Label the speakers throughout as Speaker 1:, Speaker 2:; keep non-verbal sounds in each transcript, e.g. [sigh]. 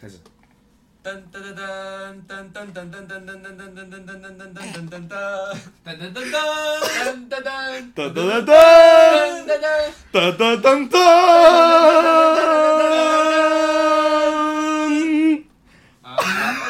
Speaker 1: 开始。
Speaker 2: 噔噔噔噔噔噔噔噔噔噔噔噔噔噔噔噔噔噔噔噔
Speaker 3: 噔噔噔噔噔噔
Speaker 1: 噔噔噔噔
Speaker 3: 噔噔，
Speaker 1: 噔噔噔噔。
Speaker 3: 啊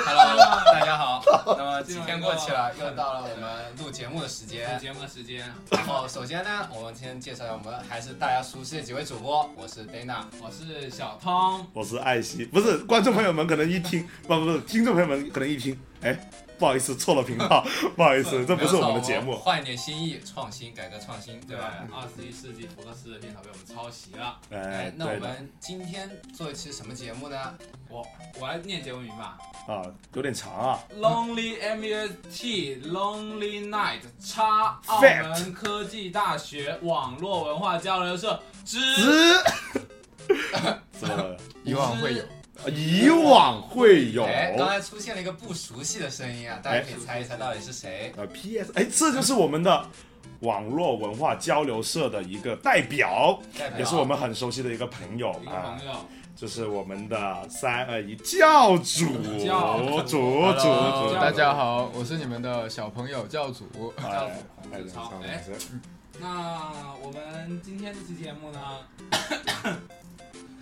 Speaker 3: ，Hello，大家好。那么几天过去了，又到了我们录节目的时间。
Speaker 4: 节目的时间，
Speaker 3: 然后首先呢，我们先介绍一下我们还是大家熟悉的几位主播，我是 Dana，
Speaker 4: 我是小汤，
Speaker 1: 我是艾希，不是观众朋友们可能一听，不不是听众朋友们可能一听，哎，不好意思错了频道，不好意思，这不是我们的节
Speaker 3: 没有错我
Speaker 1: 目
Speaker 3: 们。换一点新意，创新，改革创新，
Speaker 4: 对，
Speaker 3: 对吧？
Speaker 4: 二十一世纪福克斯的电脑被我们抄袭了。
Speaker 1: 哎
Speaker 3: 哎，，那我
Speaker 1: 对的
Speaker 3: 们今天做一期什么节目呢？
Speaker 4: 我我来念节目名吧
Speaker 1: 啊，有点长啊。
Speaker 4: ，Lonely M U S T Lonely Night 叉澳
Speaker 1: Fact
Speaker 4: 门科技大学网络文化交流社之
Speaker 1: 呃之，怎么了？
Speaker 3: 以往会有。
Speaker 1: 啊以往会有。哎
Speaker 3: 哎，刚才出现了一个不熟悉的声音啊，大家可以猜一猜到底是谁？
Speaker 1: 呃，PS，哎，这就是我们的网络文化交流社的一个代表，
Speaker 3: 代表
Speaker 1: 也是我们很熟悉的一个朋友
Speaker 4: 一个
Speaker 1: 啊
Speaker 4: 朋，友，
Speaker 1: 就是我们的三二一教主，
Speaker 4: 教
Speaker 1: 主
Speaker 4: 主
Speaker 1: 主主，
Speaker 4: 大家
Speaker 5: 好，我是你们的小朋友教主。
Speaker 1: 哎，哎
Speaker 4: 教主
Speaker 1: 上来
Speaker 4: 哎
Speaker 1: 是
Speaker 4: 那我们今天这期节目呢， [coughs]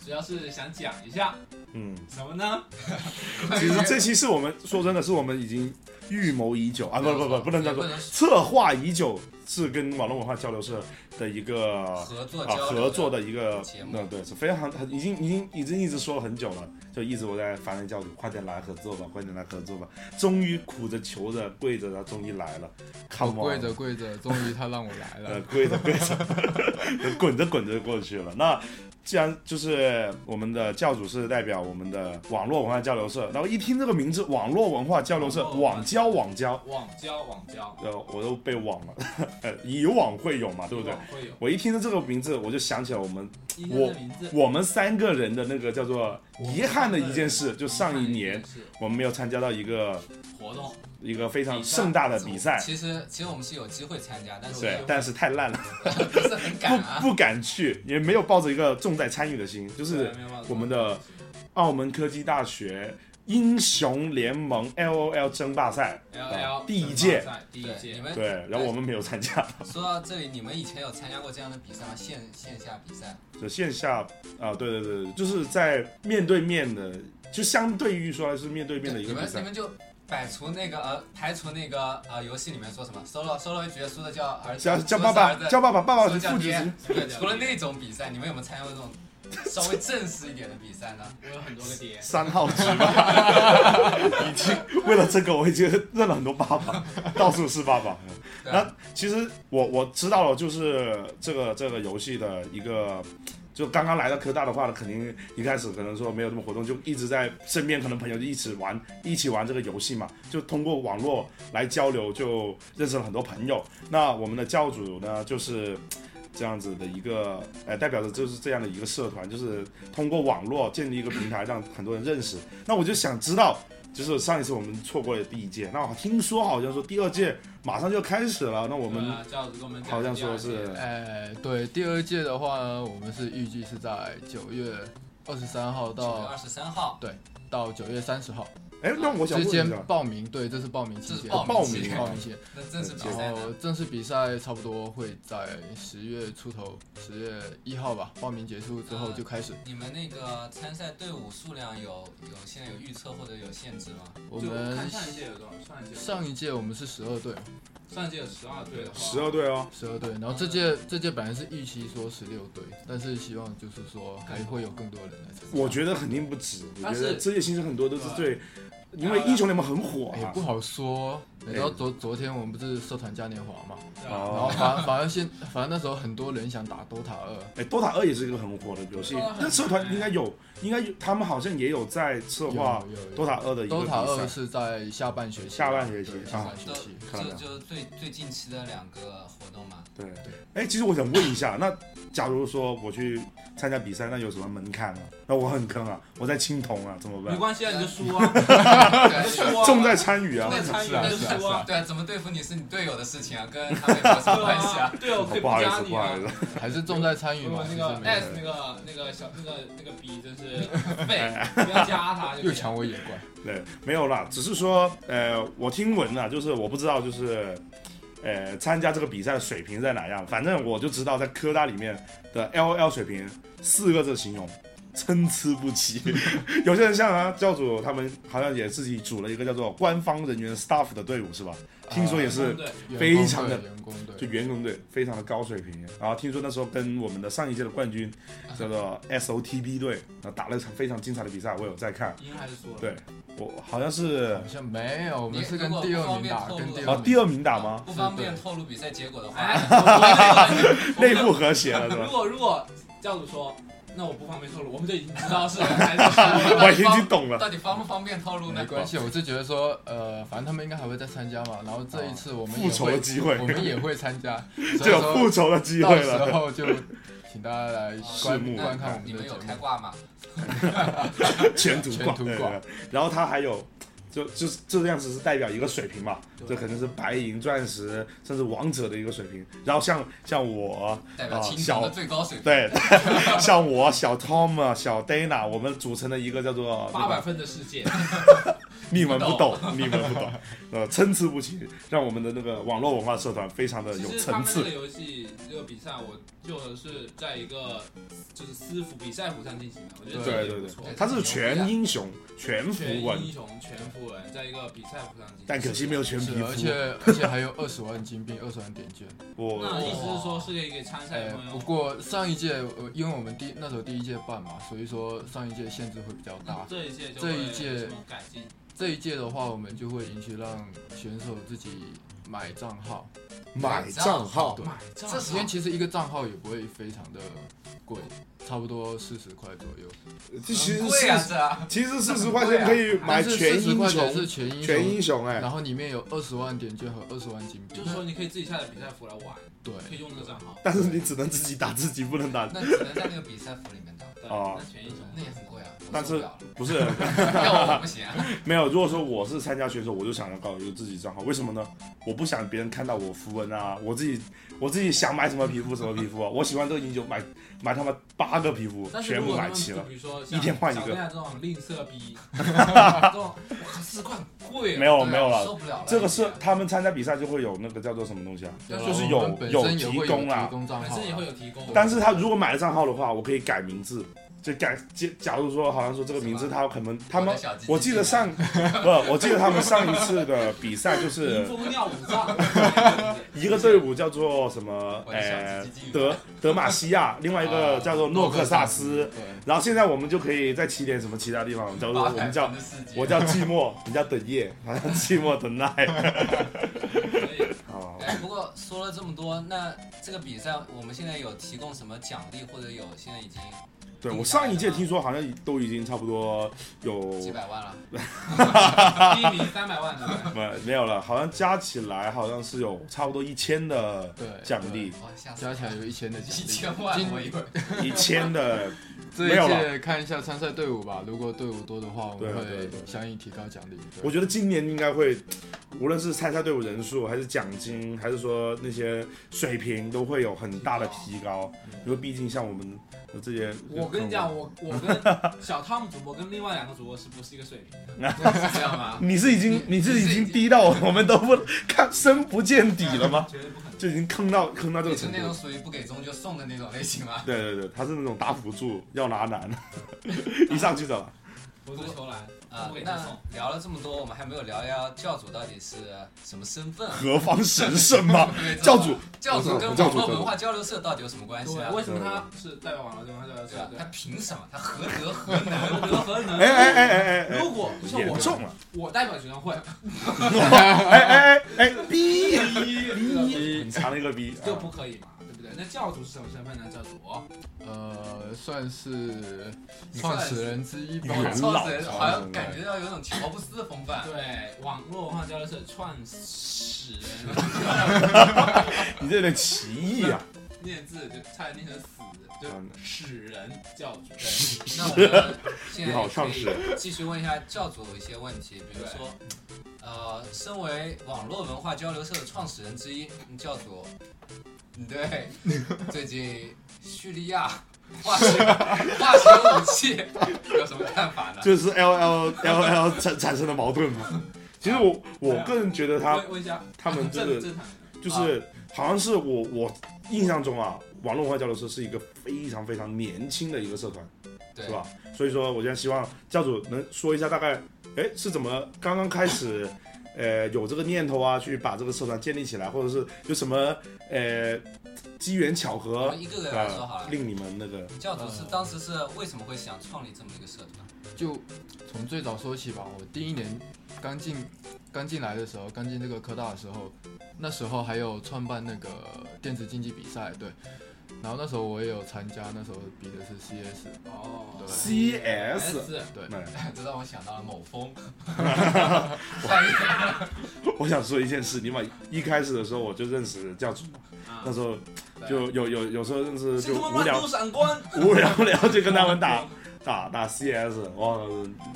Speaker 4: 主要是想讲一下
Speaker 1: 嗯，
Speaker 4: 什么呢？
Speaker 1: 其实这期是我们说真的是我们已经预谋已久啊，不不不，不能这样
Speaker 3: 也不
Speaker 1: 说，
Speaker 3: 能
Speaker 1: 策划已久是跟网络文化交流社的一个
Speaker 3: 合作
Speaker 1: 啊
Speaker 3: 交流
Speaker 1: 合作的一个
Speaker 3: 节目
Speaker 1: 那对是非常已经已经已经一直说了很久了，就一直我在烦人教主，快点来合作吧，快点来合作吧，终于苦着求着跪着，然后终于来了
Speaker 5: 我
Speaker 1: ，Come on，
Speaker 5: 跪着跪着，终于他让我来
Speaker 1: 呃 [laughs]
Speaker 5: 了。
Speaker 1: 跪着跪着，滚着 [laughs] 滚着过去了。那既然就是我们的教主是代表我们的网络文化交流社，然后一听这个名字，网络文化交流社，
Speaker 4: 网络文化
Speaker 1: 网交网交，
Speaker 4: 网交网交，
Speaker 1: 呃，我都被网了， [laughs] 呃以网会友嘛，对不对
Speaker 4: 以？往会有
Speaker 1: 我一听到这个名字，我就想起了我们
Speaker 4: 今天的名字。
Speaker 1: 我们三个人的那个叫做遗憾的一件事，就上一年
Speaker 4: 是
Speaker 1: 我们没有参加到一个
Speaker 4: 活动，
Speaker 1: 一个非常盛大的比赛，
Speaker 3: 其实其实我们是有机会参加，但是
Speaker 1: 对，但是太烂了，
Speaker 3: 不
Speaker 1: [laughs]
Speaker 3: 是很敢啊。
Speaker 1: 不不敢去，也没有抱着一个重在参与的心，就是
Speaker 4: 对没有办法
Speaker 1: 我们的澳门科技大学英雄联盟 LOL 争霸赛，
Speaker 4: L L
Speaker 1: 第一届
Speaker 4: 第一
Speaker 3: 对，你
Speaker 4: 届，
Speaker 3: 们
Speaker 1: 对，然后我们没有参加，
Speaker 3: 说到这里，你们以前有参加过这样的比赛吗？线线下比赛？
Speaker 1: 就线下啊，对对对，就是在面对面的，就相对于说是面对面的一
Speaker 3: 你
Speaker 1: 个比
Speaker 3: 们你
Speaker 1: 赛，
Speaker 3: 们就摆除那个呃，排除那个呃，游戏里面说什么 solo solo 一局输的叫儿子，
Speaker 1: 叫叫爸爸
Speaker 3: 输的是儿子
Speaker 1: 叫爸爸，爸爸
Speaker 3: 输
Speaker 1: 是
Speaker 3: 的叫
Speaker 1: 父亲。
Speaker 3: 爹。对， [laughs] 除了
Speaker 4: 那，
Speaker 3: 那种比赛，你们有没有参加
Speaker 1: [laughs]
Speaker 3: 过这种稍微正式一点的比赛呢？
Speaker 4: 我有很多个爹，
Speaker 1: 三号局吧，
Speaker 3: [laughs]
Speaker 1: 已经为了这个，我已经认了很多爸爸，到处是爸爸。
Speaker 3: 对
Speaker 1: 那
Speaker 3: 啊
Speaker 1: 其实我我知道了，就是这个这个游戏的一个，就刚刚来到科大的话，肯定一开始可能说没有什么活动，就一直在身边可能朋友就一起玩，一起玩这个游戏嘛，就通过网络来交流，就认识了很多朋友。那我们的教主呢，就是。这样子的一个，呃，代表着就是这样的一个社团，就是通过网络建立一个平台，让很多人认识。那我就想知道，就是上一次我们错过了第一届，那我听说好像说第二届马上就要开始了，那我
Speaker 4: 对
Speaker 1: 们
Speaker 4: 啊教主跟我们讲
Speaker 1: 好像
Speaker 4: 第
Speaker 1: 说
Speaker 4: 二届
Speaker 1: 是
Speaker 5: 哎，对，第二届的话呢，我们是预计是在九月二十三号
Speaker 3: 九月
Speaker 5: 到
Speaker 3: 二十三号，
Speaker 5: 到九月三十号
Speaker 1: 哎，那我想问
Speaker 5: 之
Speaker 1: 一
Speaker 5: 间
Speaker 1: 下，
Speaker 5: 报名。对，这是报名期
Speaker 3: 这是
Speaker 5: 间，
Speaker 3: 哦报
Speaker 1: 报
Speaker 3: 期
Speaker 1: 名哦
Speaker 3: 间
Speaker 1: 啊
Speaker 5: 报名期间。
Speaker 3: 那正式比赛
Speaker 5: 然
Speaker 3: 呢
Speaker 5: 后？正式比赛差不多会在十月出头，十月一号吧。报名结束之后就开始。
Speaker 3: 你们那个参赛队伍数量有有现在有预测或者有限制吗？
Speaker 5: 我
Speaker 4: 就看
Speaker 5: 们
Speaker 4: 上一届有多少，上一届有
Speaker 5: 上一届我们是十二队嘛，
Speaker 4: 上一届有十二队的话，
Speaker 1: 十二队哦，
Speaker 5: 十二队，然后这届这届本来是预期说十六队，但是希望就是说还会有更多人来参加。
Speaker 1: 我觉得肯定不止，我
Speaker 4: 但
Speaker 1: 觉
Speaker 4: 是
Speaker 1: 得这届新生很多都是对，因为英雄联盟很火
Speaker 5: 哎、
Speaker 1: 啊
Speaker 5: 不，好说。你知道
Speaker 1: 哎
Speaker 5: 昨昨天我们不是社团嘉年华嘛，
Speaker 4: 对吧
Speaker 5: 然后
Speaker 1: 哦，
Speaker 5: 反 [laughs] 反而现反而那时候很多人想打 DOTA 二，
Speaker 1: 哎，DOTA 二也是一个很火的游戏
Speaker 4: DOTA 哦很，
Speaker 1: 那社团应该有，应该有，他们好像也有在策划
Speaker 5: 有有有
Speaker 1: DOTA 二的一个
Speaker 5: DOTA
Speaker 1: 比
Speaker 5: 二
Speaker 1: 赛，
Speaker 5: 是在下半学期，
Speaker 1: 下半学期
Speaker 5: 对
Speaker 1: 啊
Speaker 5: 下半学
Speaker 3: 这
Speaker 5: 期。
Speaker 1: 看了
Speaker 3: 这
Speaker 1: 没有
Speaker 3: 就是最最近期的两个活动
Speaker 1: [laughs]
Speaker 3: 嘛。
Speaker 1: 对，哎，其实我想问一下，那假如说我去参加比赛，那有什么门槛啊？那我很坑啊，我在青铜啊，怎么
Speaker 4: 没
Speaker 1: 办？
Speaker 4: 关系啊，你就输
Speaker 1: [laughs]
Speaker 4: 啊，
Speaker 3: 对
Speaker 4: 你就输啊，
Speaker 1: 重在参与啊
Speaker 4: 重，在参与
Speaker 5: 是啊
Speaker 4: 那就是
Speaker 5: 啊
Speaker 4: 输啊，
Speaker 3: [laughs] 对啊，怎么对付你是你队友的事情啊，跟他们有什么
Speaker 4: 对
Speaker 3: 关系啊
Speaker 4: 啊？，队友可以
Speaker 1: 不好意
Speaker 4: 加
Speaker 1: 思，
Speaker 4: 你
Speaker 1: 不好
Speaker 4: 啊
Speaker 1: 意。思，
Speaker 5: 还是重在参与
Speaker 4: 我
Speaker 5: 嘛，
Speaker 4: 们
Speaker 5: 其
Speaker 4: 那
Speaker 5: 实
Speaker 4: 个
Speaker 5: 没有
Speaker 4: S 那个那个小那个那个 B 真是
Speaker 1: [laughs]
Speaker 4: 废，不要加他就可以了
Speaker 5: 又抢我野怪，
Speaker 1: 对，没有啦，只是说，呃，我听闻啊，就是我不知道，就是，呃，参加这个比赛的水平在哪样，反正我就知道在科大里面的 LOL 水平四个字形容。参差不齐， [laughs] 有些人像啊教主他们好像也自己组了一个叫做官方人员 staff 的队伍是吧？听说也是
Speaker 4: 对，
Speaker 5: 员工
Speaker 1: 非常
Speaker 5: 队
Speaker 1: 的
Speaker 5: 员工
Speaker 1: 就
Speaker 5: 队，
Speaker 1: 员工队非常的高水平。然后听说那时候跟我们的上一届的冠军叫做 SOTB 队，然后打了一场非常精彩的比赛，我有在看。
Speaker 4: 赢还是输了？
Speaker 1: 对我好像是
Speaker 5: 好像没有，我们
Speaker 3: 你
Speaker 5: 是跟
Speaker 3: 如果
Speaker 5: 第
Speaker 3: 不
Speaker 5: 二
Speaker 3: 方
Speaker 5: 名
Speaker 3: 便
Speaker 5: 打，
Speaker 3: 透
Speaker 5: 跟
Speaker 3: 露
Speaker 5: 第
Speaker 3: 的
Speaker 1: 啊
Speaker 5: 二
Speaker 1: 第
Speaker 5: 名。
Speaker 1: 二名 [laughs] 打吗？
Speaker 3: 不方便透露比赛结果的话，
Speaker 4: 哎，
Speaker 1: 内部和谐了是
Speaker 4: 如 [laughs]
Speaker 1: 吧？
Speaker 4: 果如果教主说，那我不方便透露，我们就已经知道是还是
Speaker 1: [laughs]
Speaker 4: 输了。
Speaker 1: 我已经懂了。
Speaker 3: 到底方不方便透露
Speaker 5: 没
Speaker 3: 呢？
Speaker 5: 关系，我是觉得说，呃，反正他们应该还会再参加嘛。然后这一次我们
Speaker 1: 复
Speaker 5: 也
Speaker 1: 仇的
Speaker 5: 会，
Speaker 1: 机会
Speaker 5: 我们也会参
Speaker 1: [laughs]
Speaker 5: 加，所
Speaker 1: 就
Speaker 5: 以
Speaker 1: 有复
Speaker 5: 说
Speaker 1: 仇的机
Speaker 5: 到
Speaker 1: 会
Speaker 5: 时
Speaker 1: 了。
Speaker 5: 候就请大家来
Speaker 1: 拭目
Speaker 5: 观观看我
Speaker 3: 哦你
Speaker 5: 们
Speaker 3: 们
Speaker 5: 的节
Speaker 3: 有
Speaker 1: [laughs]
Speaker 3: 开
Speaker 5: 目。
Speaker 3: 挂吗？
Speaker 1: 全图
Speaker 5: 全
Speaker 1: 挂，
Speaker 5: 图
Speaker 1: 对
Speaker 5: 挂
Speaker 1: 对对然后他还有，就就是这样子是代表一个水平嘛，这可能是白银、钻石，甚至王者的一个水平。然后像像我，
Speaker 3: 代表
Speaker 1: 啊
Speaker 3: 青
Speaker 1: 小
Speaker 3: 铜的最高水平。
Speaker 1: 对，像我小 Tom 啊、小 Dana，我们组成了一个叫做
Speaker 4: 八百分的世界，
Speaker 1: 你们不懂，你们不懂，呃，参差不齐，让我们的那个网络文化社团非常呃的有
Speaker 4: 其实他
Speaker 1: 层
Speaker 4: 们这
Speaker 1: 次
Speaker 4: 个。游戏这个比赛，我就是在一个就是私服比赛服上进行的，我觉得这
Speaker 1: 对
Speaker 4: 个也
Speaker 1: 对
Speaker 4: 不
Speaker 1: 对
Speaker 4: 错。，
Speaker 1: 他是全英雄、全符
Speaker 4: 全
Speaker 1: 文，
Speaker 4: 英雄、全符文，在一个比赛服上进行。
Speaker 1: 但可惜没有全皮
Speaker 5: 是，
Speaker 1: [laughs]
Speaker 5: 而
Speaker 1: 肤。
Speaker 5: 且而且还有二十万金币，二十万点券。
Speaker 4: 那意
Speaker 1: 我
Speaker 4: 思是说，是给给参赛
Speaker 5: 哎
Speaker 4: 的朋，
Speaker 5: 不
Speaker 4: 友。
Speaker 5: 过上一届，呃，因为我们第那时候第一届办嘛，所以说上一届限制会比较大。
Speaker 3: 嗯
Speaker 4: 这一届就
Speaker 5: 这
Speaker 4: 会
Speaker 5: 一
Speaker 4: 有
Speaker 5: 届
Speaker 4: 什么改进？
Speaker 5: 这一届的话，我们就会允许让选手自己买账号，
Speaker 1: 买账
Speaker 3: 哦
Speaker 1: 号
Speaker 5: 对，
Speaker 4: 买账
Speaker 3: 这是
Speaker 5: 因为其实一个账号也不会非常的贵，差不多四十块左右。
Speaker 1: 这其实
Speaker 3: 很
Speaker 1: 是
Speaker 3: 贵啊， [laughs] 这
Speaker 1: 其实四十块钱可以买全
Speaker 5: 十
Speaker 1: 英
Speaker 5: 块钱
Speaker 1: 雄，
Speaker 5: 是全英
Speaker 1: 全
Speaker 5: 雄，
Speaker 1: 英雄哎、
Speaker 5: 然后里面有二十万点券和二十万金币
Speaker 4: 就是。说，你可以自己下载比赛服来玩，
Speaker 5: 对，
Speaker 4: 可以用这个账号。
Speaker 1: 但是你只能自己打自己，不能打。
Speaker 3: 那只能在那个比赛服里面打，
Speaker 4: 对，
Speaker 1: 哦
Speaker 4: 那全英雄
Speaker 3: 那也很贵啊，我
Speaker 1: 但
Speaker 3: 受
Speaker 1: 是
Speaker 3: 不了 [laughs] 了，
Speaker 1: 不是
Speaker 3: 要我不行啊。
Speaker 1: [laughs] 没有，如果说我是参加选手，我就想要搞一个自己账号，为什么呢？我不想别人看到我符文啊，我自己我自己想买什么皮肤什么皮肤
Speaker 5: [laughs]
Speaker 1: 啊，我喜欢这个英雄，买买他妈八个皮肤
Speaker 4: 但是
Speaker 1: 全
Speaker 4: 如
Speaker 1: 部
Speaker 4: 果他
Speaker 1: 买
Speaker 4: 们
Speaker 1: 齐
Speaker 5: 啊
Speaker 4: 就
Speaker 1: 了，
Speaker 4: 比如说
Speaker 1: 一天换一个
Speaker 4: 像小这种吝啬
Speaker 1: [laughs]
Speaker 4: 逼，这种哇四块贵啊，
Speaker 1: 没有
Speaker 3: 对啊
Speaker 1: 没有
Speaker 3: 我
Speaker 1: 了。
Speaker 3: 受不了了。
Speaker 1: 这个是他们参加比赛就会有那个叫做什么东西啊，
Speaker 5: 对啊
Speaker 1: 就是
Speaker 5: 我们
Speaker 1: 有
Speaker 5: 本
Speaker 1: 有
Speaker 5: 身也会
Speaker 1: 提
Speaker 5: 有
Speaker 1: 供啦
Speaker 5: 提。供账
Speaker 4: 本
Speaker 5: 号
Speaker 4: 身也会
Speaker 5: 啊，
Speaker 4: 有提供，
Speaker 1: 但是他如果买了账号的话，我可以改名字，就改假假如说好像说这个名字
Speaker 3: 是
Speaker 1: 他可能他
Speaker 3: 我
Speaker 1: 们
Speaker 3: 的小鸡鸡
Speaker 1: 我记得上不，我记得他们上一次的比赛 [laughs] 就
Speaker 4: 迎
Speaker 1: 是
Speaker 4: 风尿五 [laughs] 脏，
Speaker 1: [laughs] 一个队伍叫做什么
Speaker 3: 我的小
Speaker 1: 呃
Speaker 3: 鸡鸡
Speaker 1: 德德马西亚，另外一个叫做啊诺克萨斯。
Speaker 5: 对，
Speaker 1: 然后现在我们就可以再起点什么其他地方，叫做我们叫
Speaker 3: 800分的世界
Speaker 1: 我叫寂寞，你叫等夜，好像寂寞等 [laughs] 奈
Speaker 4: 可
Speaker 1: [laughs]
Speaker 4: 以
Speaker 1: 啊。
Speaker 3: 哎，不过说了这么多，那这个比赛我们现在有提供什么奖励，或者有现在已经
Speaker 1: 对我上一届听说好像都已经差不多有
Speaker 3: 几百万了？
Speaker 4: 第一名三百万对不 [laughs] 对？
Speaker 1: [laughs] 没没有了，好像加起来好像是有差不多一千的
Speaker 5: 对
Speaker 1: 奖励，
Speaker 3: 哇，吓死我
Speaker 5: 加
Speaker 3: 了！
Speaker 5: 起来有一千的
Speaker 3: [laughs]
Speaker 5: 奖
Speaker 3: 一
Speaker 5: 励。
Speaker 3: 千万，我以为
Speaker 1: 一千的 [laughs]
Speaker 5: 这
Speaker 1: 没有
Speaker 5: 一
Speaker 1: 了
Speaker 5: 届看一下参赛队伍吧，如果队伍多的话，我
Speaker 1: 对啊
Speaker 5: 们
Speaker 1: 对
Speaker 5: 会
Speaker 1: 对
Speaker 5: 相应提高奖励。对
Speaker 1: 我觉得今年应该会，无论是参赛队伍人数，还是奖金，还是说那些水平，都会有很大的提高。因为毕竟像我们这些，
Speaker 4: 我跟你讲，，我我跟小汤姆主播跟另外两个主播是不是一个水 [laughs] 平？
Speaker 3: 是这样吗？
Speaker 1: 你是已经
Speaker 3: 你
Speaker 1: 你是已
Speaker 3: 你是已
Speaker 1: 经
Speaker 3: 经
Speaker 1: 低到我们都不看深不见底了吗？
Speaker 4: 绝对不可能。
Speaker 1: 就已经坑到坑到这
Speaker 3: 你
Speaker 1: 个
Speaker 3: 是
Speaker 1: 程
Speaker 3: 那种
Speaker 1: 度。
Speaker 3: 属于不给中就送的那种类型吗？
Speaker 1: 对对对，他是那种打辅助要拿难，一上去走。
Speaker 4: 我足球篮，
Speaker 3: 啊
Speaker 4: 不给，他
Speaker 3: 那
Speaker 4: 送。
Speaker 3: 聊了这么多，我们还没有聊聊教主到底是什么身份啊？
Speaker 1: 何方神圣吗？
Speaker 3: 对
Speaker 1: 教主，
Speaker 3: 教主跟网络文化交流社到底有什么关系啊
Speaker 4: 对，？为什么他是代表网络这方交流
Speaker 3: 对吧
Speaker 4: 社？？对啊 [laughs]
Speaker 3: 他
Speaker 4: 吧，
Speaker 3: 凭什么？他何德何能？
Speaker 4: 何德何能？
Speaker 1: 哎哎哎哎哎
Speaker 4: 如果不是
Speaker 1: 哎，
Speaker 4: 我啊
Speaker 1: 也中了！
Speaker 4: 我代表学生会，
Speaker 1: 哎哎哎哎，逼
Speaker 4: 一
Speaker 1: 逼，藏了一个逼，
Speaker 4: 就不可以嘛，对不对？那教主是什么身份呢？教主，
Speaker 5: 呃，算是
Speaker 3: 你
Speaker 5: 创
Speaker 3: 算是
Speaker 5: 始人之一吧。
Speaker 1: 元
Speaker 3: 超
Speaker 1: 老
Speaker 3: 子人好像感觉到有种乔布斯的风范。
Speaker 4: 对网络文化交流社创始人，
Speaker 3: [laughs]
Speaker 1: 你这有点歧义啊！
Speaker 4: 念字就差点念成死，
Speaker 1: 嗯
Speaker 4: 就使人教主。
Speaker 3: 那我们现
Speaker 1: 你
Speaker 3: 在
Speaker 1: 好
Speaker 3: 也
Speaker 1: 上
Speaker 3: 可
Speaker 1: 市
Speaker 3: 以继续问一下教主一些问题，比如说，呃，身为网络文化交流社的创始人之一，嗯教主， [laughs] 对，最近叙利亚化学化学武器有什么看法
Speaker 1: [laughs]
Speaker 3: 呢？
Speaker 1: 就是 L L L L 产产生的矛盾嘛。其实我我个人觉得他
Speaker 4: 问问一下，
Speaker 1: 他们就
Speaker 4: 正
Speaker 1: 是
Speaker 4: 正常
Speaker 1: 就是
Speaker 3: 啊
Speaker 1: 好像是我我印象中啊，网络文化交流社是一个非常非常年轻的一个社团，
Speaker 3: 对
Speaker 1: 是吧？所以说我现在希望教主能说一下大概，哎是怎么刚刚开始。 [coughs] 呃，有这个念头啊，去把这个社团建立起来，或者是有什么呃机缘巧
Speaker 3: 我
Speaker 1: 合
Speaker 3: 们一个个来哎说好
Speaker 1: 呃
Speaker 3: 了，。哎
Speaker 1: 令你们那个
Speaker 3: 教主是
Speaker 1: 嗯
Speaker 3: 当时是为什么会想创立这么一个社团？
Speaker 5: 就从最早说起吧。我第一年刚进刚进来的时候，刚进这个科大的时候，那时候还有创办那个电子竞技比赛，对。然后那时候我也有参加，那时候比的是 CS，
Speaker 4: 哦
Speaker 5: 对
Speaker 1: CS，
Speaker 5: 对，
Speaker 1: 那
Speaker 4: [laughs]
Speaker 3: 这让我想到了某峰，半夜
Speaker 1: 我想说一件事，你妈一开始的时候我就认识教主，
Speaker 3: 啊
Speaker 1: 那时候就有有有时候认识就无聊
Speaker 4: 闪
Speaker 1: [laughs]
Speaker 4: 光，
Speaker 1: 无聊聊就跟他们打打打 CS，哇，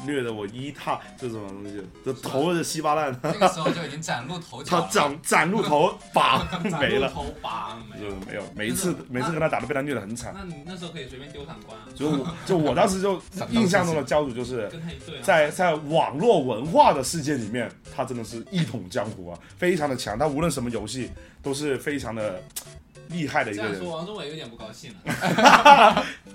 Speaker 1: 虐的我一塌，这种东西，这头是稀巴烂，
Speaker 3: 那个时候就已经崭露头角
Speaker 1: 他
Speaker 3: 了。
Speaker 1: 长崭露头，把 [laughs] 没了，
Speaker 4: 头拔没
Speaker 1: 就
Speaker 4: 了。
Speaker 1: 没有，每一次每次跟他打都被他虐的很惨，
Speaker 4: 那你那时候可以随便丢闪光啊，
Speaker 1: 就我就我当时就
Speaker 5: 长到
Speaker 1: 印象中的教主就是。
Speaker 4: 跟他一对啊。 [laughs]
Speaker 1: 在在网络文化的世界里面，他真的是一统江湖啊，非常的强。他无论什么游戏都是非常的厉害的一
Speaker 4: 这
Speaker 1: 个
Speaker 4: 样
Speaker 1: 人。
Speaker 4: 说，王宗伟有点不高兴了。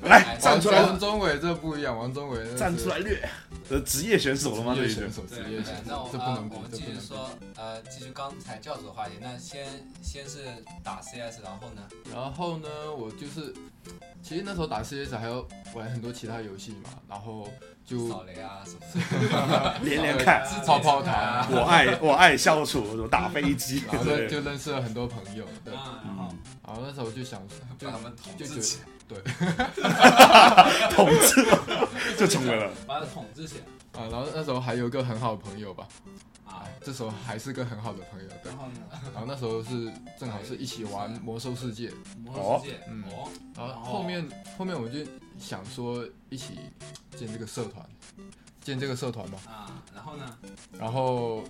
Speaker 1: 来站出来，
Speaker 5: 王宗伟这不一样，王宗伟
Speaker 1: 站出来虐，呃，职业选手了吗？
Speaker 5: 职
Speaker 1: 这
Speaker 5: 业
Speaker 1: 已经
Speaker 5: 选手，职
Speaker 4: 对
Speaker 5: 业
Speaker 3: 对
Speaker 5: 选，
Speaker 3: 那
Speaker 5: 手
Speaker 3: 我，
Speaker 5: 这不
Speaker 3: 啊
Speaker 5: 能比
Speaker 3: 我，们
Speaker 5: 这
Speaker 3: 继
Speaker 5: 不
Speaker 3: 续
Speaker 5: 能比。
Speaker 3: 说，呃，继续刚才教主的话题。那先先是打 CS，然后呢？
Speaker 5: 然后呢，我就是，其实那时候打 CS 还要玩很多其他游戏嘛，然后就
Speaker 3: 扫雷啊什么的。
Speaker 1: 连连看，
Speaker 5: 泡泡糖啊，
Speaker 1: 我爱我爱消除，我打飞机，
Speaker 3: [laughs] 啊
Speaker 5: 然后
Speaker 1: 对
Speaker 5: 就就认识了很多朋友，对，
Speaker 4: 啊，然后
Speaker 1: 嗯，
Speaker 5: 然后那时候就想，就
Speaker 3: 把他们统
Speaker 5: 就
Speaker 3: 治起来。
Speaker 1: 统治就成为了
Speaker 4: 把他统治起来
Speaker 5: 啊，然后那时候还有一个很好的朋友吧，
Speaker 4: 啊。
Speaker 5: 这时候还是个很好的朋友，
Speaker 3: [laughs]
Speaker 5: 对
Speaker 4: 然。后呢，
Speaker 5: 然后那时候是正好是一起玩《魔兽世界》，
Speaker 4: 魔兽世界，
Speaker 5: 嗯
Speaker 4: 哦，
Speaker 5: 然后后面后面我就想说一起建这个社团，建这个社团吧。
Speaker 4: 啊，然后呢，
Speaker 5: 然后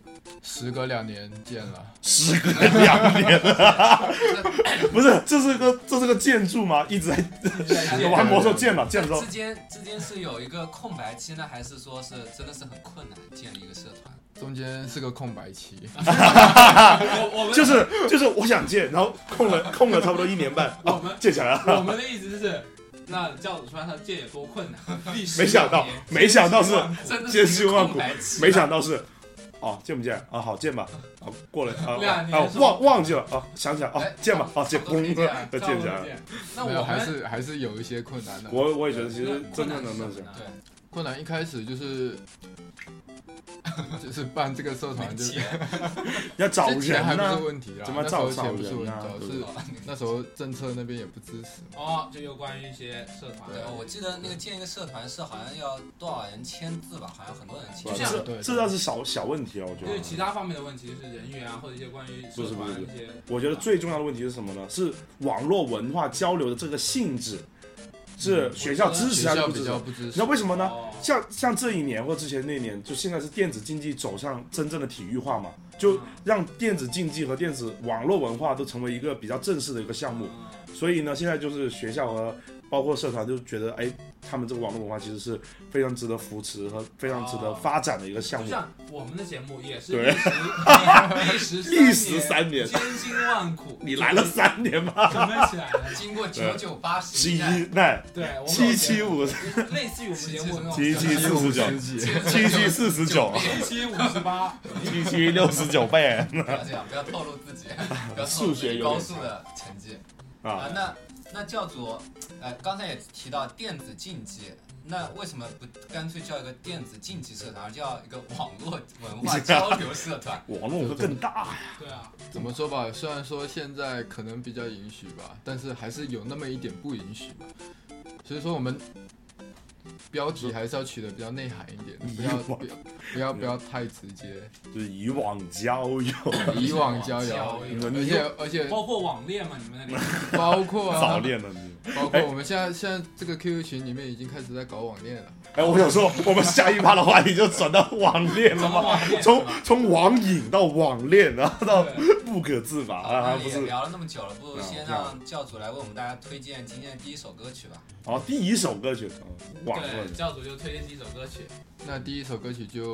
Speaker 5: 时隔两年建了，
Speaker 1: 时隔两年了， [laughs] 不是，这是个这是个建筑吗？一直在玩魔兽建了，建了之后
Speaker 3: 之间之间是有一个空白期呢，还是说是真的是很困难建立一个社团？
Speaker 5: 中间是个空白期，
Speaker 4: 我我们
Speaker 1: 就是就是我想建，然后空
Speaker 3: [laughs]
Speaker 1: 了空了差不多一年半，
Speaker 4: 我
Speaker 1: 啊，
Speaker 4: 们
Speaker 1: 建起来了。
Speaker 4: 我们的意思是，那教主说他戒有多困难，历史
Speaker 1: 没想到， [laughs] 没想到是，
Speaker 4: [laughs]
Speaker 3: 真的是一个空白期。
Speaker 1: 没想到是，哦，见不见啊？好，见吧。啊，过了啊
Speaker 4: 两
Speaker 1: 啊
Speaker 4: 年
Speaker 1: 啊，
Speaker 4: 是吧
Speaker 1: 忘忘记了啊，想起来啊
Speaker 3: 哎，
Speaker 1: 见吧啊，见
Speaker 3: 差不多
Speaker 1: 公
Speaker 3: 可以
Speaker 1: [laughs]
Speaker 3: 这样
Speaker 1: 再见起来了。
Speaker 3: 那
Speaker 5: 没有
Speaker 3: 我
Speaker 5: 还
Speaker 3: 们
Speaker 5: 是还是有一些困难的。
Speaker 1: 啊我我也觉得，其实真正的那
Speaker 4: 是
Speaker 1: 些，
Speaker 4: 呢
Speaker 3: 对
Speaker 5: 困难一开始就是。 [laughs] 就是办这个社团
Speaker 3: 没
Speaker 5: 就，
Speaker 3: 钱，
Speaker 1: 要找
Speaker 5: 这钱还
Speaker 1: 人
Speaker 5: 不是
Speaker 1: 呢。
Speaker 5: 问题啦，啊
Speaker 1: 怎么
Speaker 5: 那时
Speaker 1: 找
Speaker 5: 候
Speaker 1: 找
Speaker 5: 钱不是问
Speaker 1: 人
Speaker 5: 题，
Speaker 1: 啊
Speaker 5: 主要
Speaker 1: 对
Speaker 5: 是那时候政策那边也不支持嘛。
Speaker 4: 哦，就有关于一些社团，啊
Speaker 3: 对，哦我记得那个建一个社团是好像要多少人签字吧，好像很多人签
Speaker 4: 就。像
Speaker 5: 对
Speaker 1: 这这倒是小小问题了，哦我觉
Speaker 4: 因为
Speaker 1: 得。
Speaker 4: 其他方面的问题，就是人员啊，或者一些关于社团
Speaker 1: 不是不是
Speaker 4: 一些，啊
Speaker 1: 我觉得最重要的问题是什么呢？是网络文化交流的这个性质，是
Speaker 5: 嗯
Speaker 1: 学校支持
Speaker 5: 学
Speaker 1: 还是
Speaker 5: 校
Speaker 1: 不支
Speaker 5: 比
Speaker 1: 持啊
Speaker 5: 较？不支
Speaker 1: 你
Speaker 5: 持
Speaker 1: 知道。为什么呢？
Speaker 4: 哦
Speaker 1: 像像这一年或之前那一年，就现在是电子竞技走向真正的体育化嘛，
Speaker 5: 嗯
Speaker 1: 就
Speaker 4: 嗯
Speaker 1: 让电子竞技和电子网络文化都成为一个比较正式的一个项目。
Speaker 4: 嗯
Speaker 1: 所以呢，现在就是学校和包括社团就觉得，哎，他们这个网络文化其实是非常值得扶持和非常值
Speaker 5: 哦
Speaker 1: 得发展的一个项
Speaker 4: 就
Speaker 1: 目。
Speaker 4: 像我们的节目也是
Speaker 1: 对
Speaker 4: 历时
Speaker 1: 历
Speaker 4: 历
Speaker 1: 时
Speaker 4: 时
Speaker 1: 三年
Speaker 4: 年，千辛万苦，
Speaker 1: 你来了三年 [laughs] 吧，
Speaker 4: 准备起来了。
Speaker 3: 经过九九八十
Speaker 1: 十一难
Speaker 4: 对，我们
Speaker 1: 七七五
Speaker 4: [laughs] 类似于我们节目那种
Speaker 1: 七七
Speaker 5: 啊
Speaker 1: 四十九，七七四十
Speaker 5: [laughs]
Speaker 1: 九， [laughs]
Speaker 4: 七七五十八，
Speaker 1: 七七六十九倍
Speaker 3: 不要这样，啊不要透露自己，
Speaker 1: [laughs]
Speaker 3: 不
Speaker 1: 啊
Speaker 3: 要透露
Speaker 1: 数
Speaker 3: 自
Speaker 1: 学
Speaker 3: 己
Speaker 1: 有点
Speaker 3: 高数的成绩啊
Speaker 1: 啊！！
Speaker 3: 那那教主，呃，刚才也提到电子竞技，那为什么不干脆叫一个电子竞技社团，而叫一个网络文化交流社
Speaker 1: [laughs]
Speaker 3: 团？
Speaker 1: 网络会更大呀，
Speaker 4: 对啊，
Speaker 5: 怎么说吧，虽然说现在可能比较允许吧，但是还是有那么一点不允许吧。所以说我们标题还是要取的比较内涵一点，不要不要不要不要太直接。
Speaker 1: 就是以往交友，
Speaker 5: 以往交友，
Speaker 3: 交
Speaker 1: 友
Speaker 5: 而且而且
Speaker 4: 包括网恋嘛，你
Speaker 1: [laughs]
Speaker 4: 们那里
Speaker 5: 包括啊
Speaker 1: 早恋了哎你。
Speaker 5: 包括我们现在现在这个 QQ 群里面已经开始在搞网恋了，
Speaker 1: [laughs] 哎，我想说，我们下一趴的话题就转到网恋了
Speaker 4: 怎么
Speaker 1: 吗？
Speaker 4: 网
Speaker 1: [laughs]
Speaker 4: 恋？
Speaker 1: 从从网瘾到网恋，然后到
Speaker 4: 对
Speaker 1: [laughs] 不可自拔啊，
Speaker 3: 那
Speaker 1: 不
Speaker 3: 也
Speaker 1: 是？啊
Speaker 3: 聊了那么久了，不如先
Speaker 1: 这样
Speaker 3: 让教主来为我们大家推荐今天的第一首歌曲吧。
Speaker 1: 哦，第一首歌曲，哦网
Speaker 4: 对，
Speaker 1: 恋。
Speaker 4: 教主就推荐几首歌曲，
Speaker 5: 那第一首歌曲就《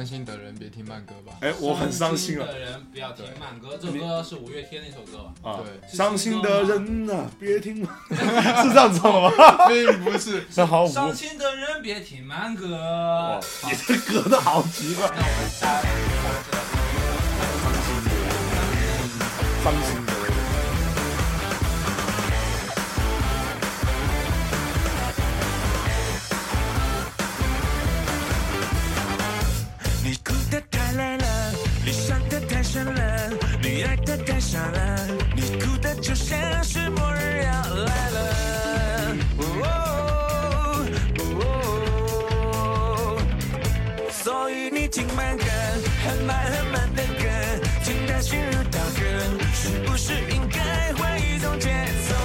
Speaker 5: 伤心的人别听慢歌》吧。
Speaker 1: 哎，我很伤心
Speaker 4: 心
Speaker 1: 啊
Speaker 4: 的人不要听慢歌，这首歌是五月天那首歌
Speaker 1: 啊！
Speaker 4: 吧？
Speaker 5: 对，
Speaker 1: 伤心的人呐、别听， [laughs] 是这样子的吗？
Speaker 5: 并不 [laughs] 是
Speaker 1: 这好无，
Speaker 4: 伤心的人别听慢歌。
Speaker 1: 哇，你这隔的好奇怪。
Speaker 3: 那我们大家就
Speaker 1: 伤心的人。
Speaker 6: 你哭得太累了，你伤得太深了，你爱得太傻了，你哭的就像是末日要来了。哦哦哦所以你听慢歌，很慢很慢的歌，听得心如刀割，是不是应该换一种节奏了？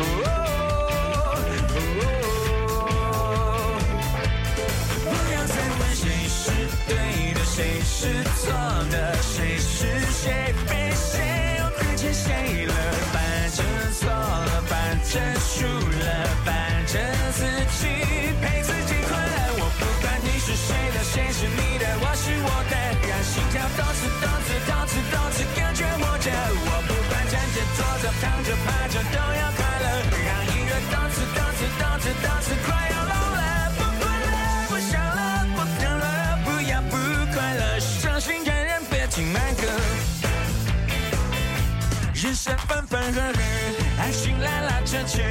Speaker 6: 哦哦哦不要再问谁是对的，谁是错的，谁是谁非，谁又亏欠谁了？反正错了，反正输了，反正自己陪自己快乐。我不管你是谁的，谁是你的，我是我的，让心跳动次动次动次动次，感觉活着。我不管站着、坐着、躺着、趴着，都要快乐。让音乐动次动次动次动次，快要聋了，不管了。不想了，不等了，不要不快乐，伤心的人别听慢歌。人生分分合合，爱情拉拉扯扯，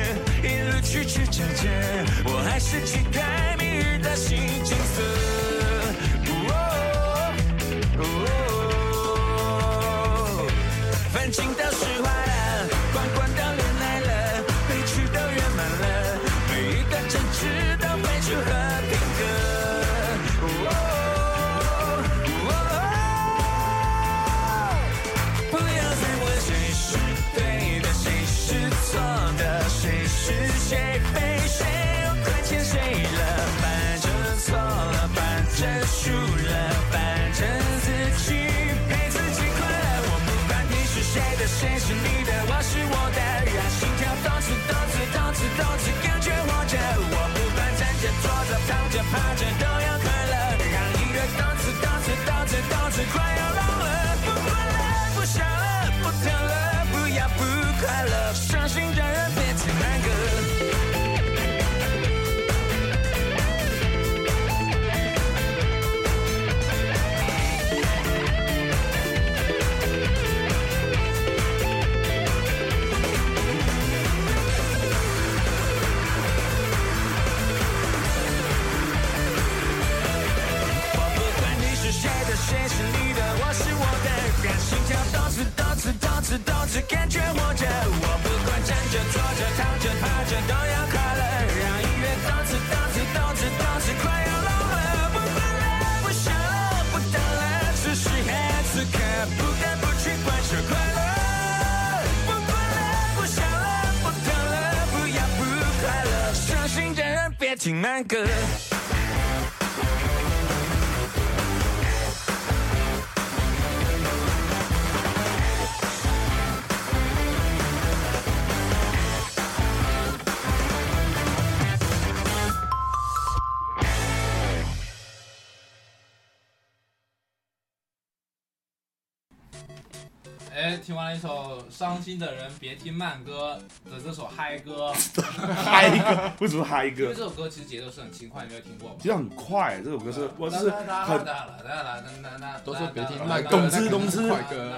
Speaker 6: 一路曲曲折折，我还是期待明日的新景色。哦哦哦反正都是花了，关关都恋爱了，悲剧都圆满了，每一段争执都会出和平鸽。哦哦哦不要再问谁是对的，谁是错的，谁是谁非，谁又亏欠谁了？反正错了，反正输了，反正自己陪自己快乐。我不管你是谁的，谁是你的，我是我的，让心跳动次动次动次动次，感觉活着。我不管站着、坐着、躺着、趴着，都要快乐。让音乐动次动次动次动次，快要聋了，不管了，不想了，不跳了，不要不快乐，伤心的人别听慢歌。不管你是谁的，谁是你的，我是我的，让心跳动次动次动次动次，感觉活着。我不管站着、坐着、躺着、趴着，都要快乐。让音乐动次动次动次动次，快要聋了，不管了，不想了，不等了，此时和此刻，不得不去关注快乐。不管了，不想了，不等了，不要不快乐，伤心的人别听慢歌。
Speaker 4: 哎，听完了一首《伤心的人别听慢歌》的这首嗨歌，
Speaker 1: 嗨歌，为什么嗨
Speaker 4: 因为
Speaker 1: 歌
Speaker 4: 这？首歌其实节奏是很轻快，你没有听过吗
Speaker 1: 其？实很快，这首歌是我是很
Speaker 5: 都说别听慢歌，
Speaker 1: 懂之
Speaker 5: 那可能是
Speaker 1: 懂之
Speaker 5: 快歌。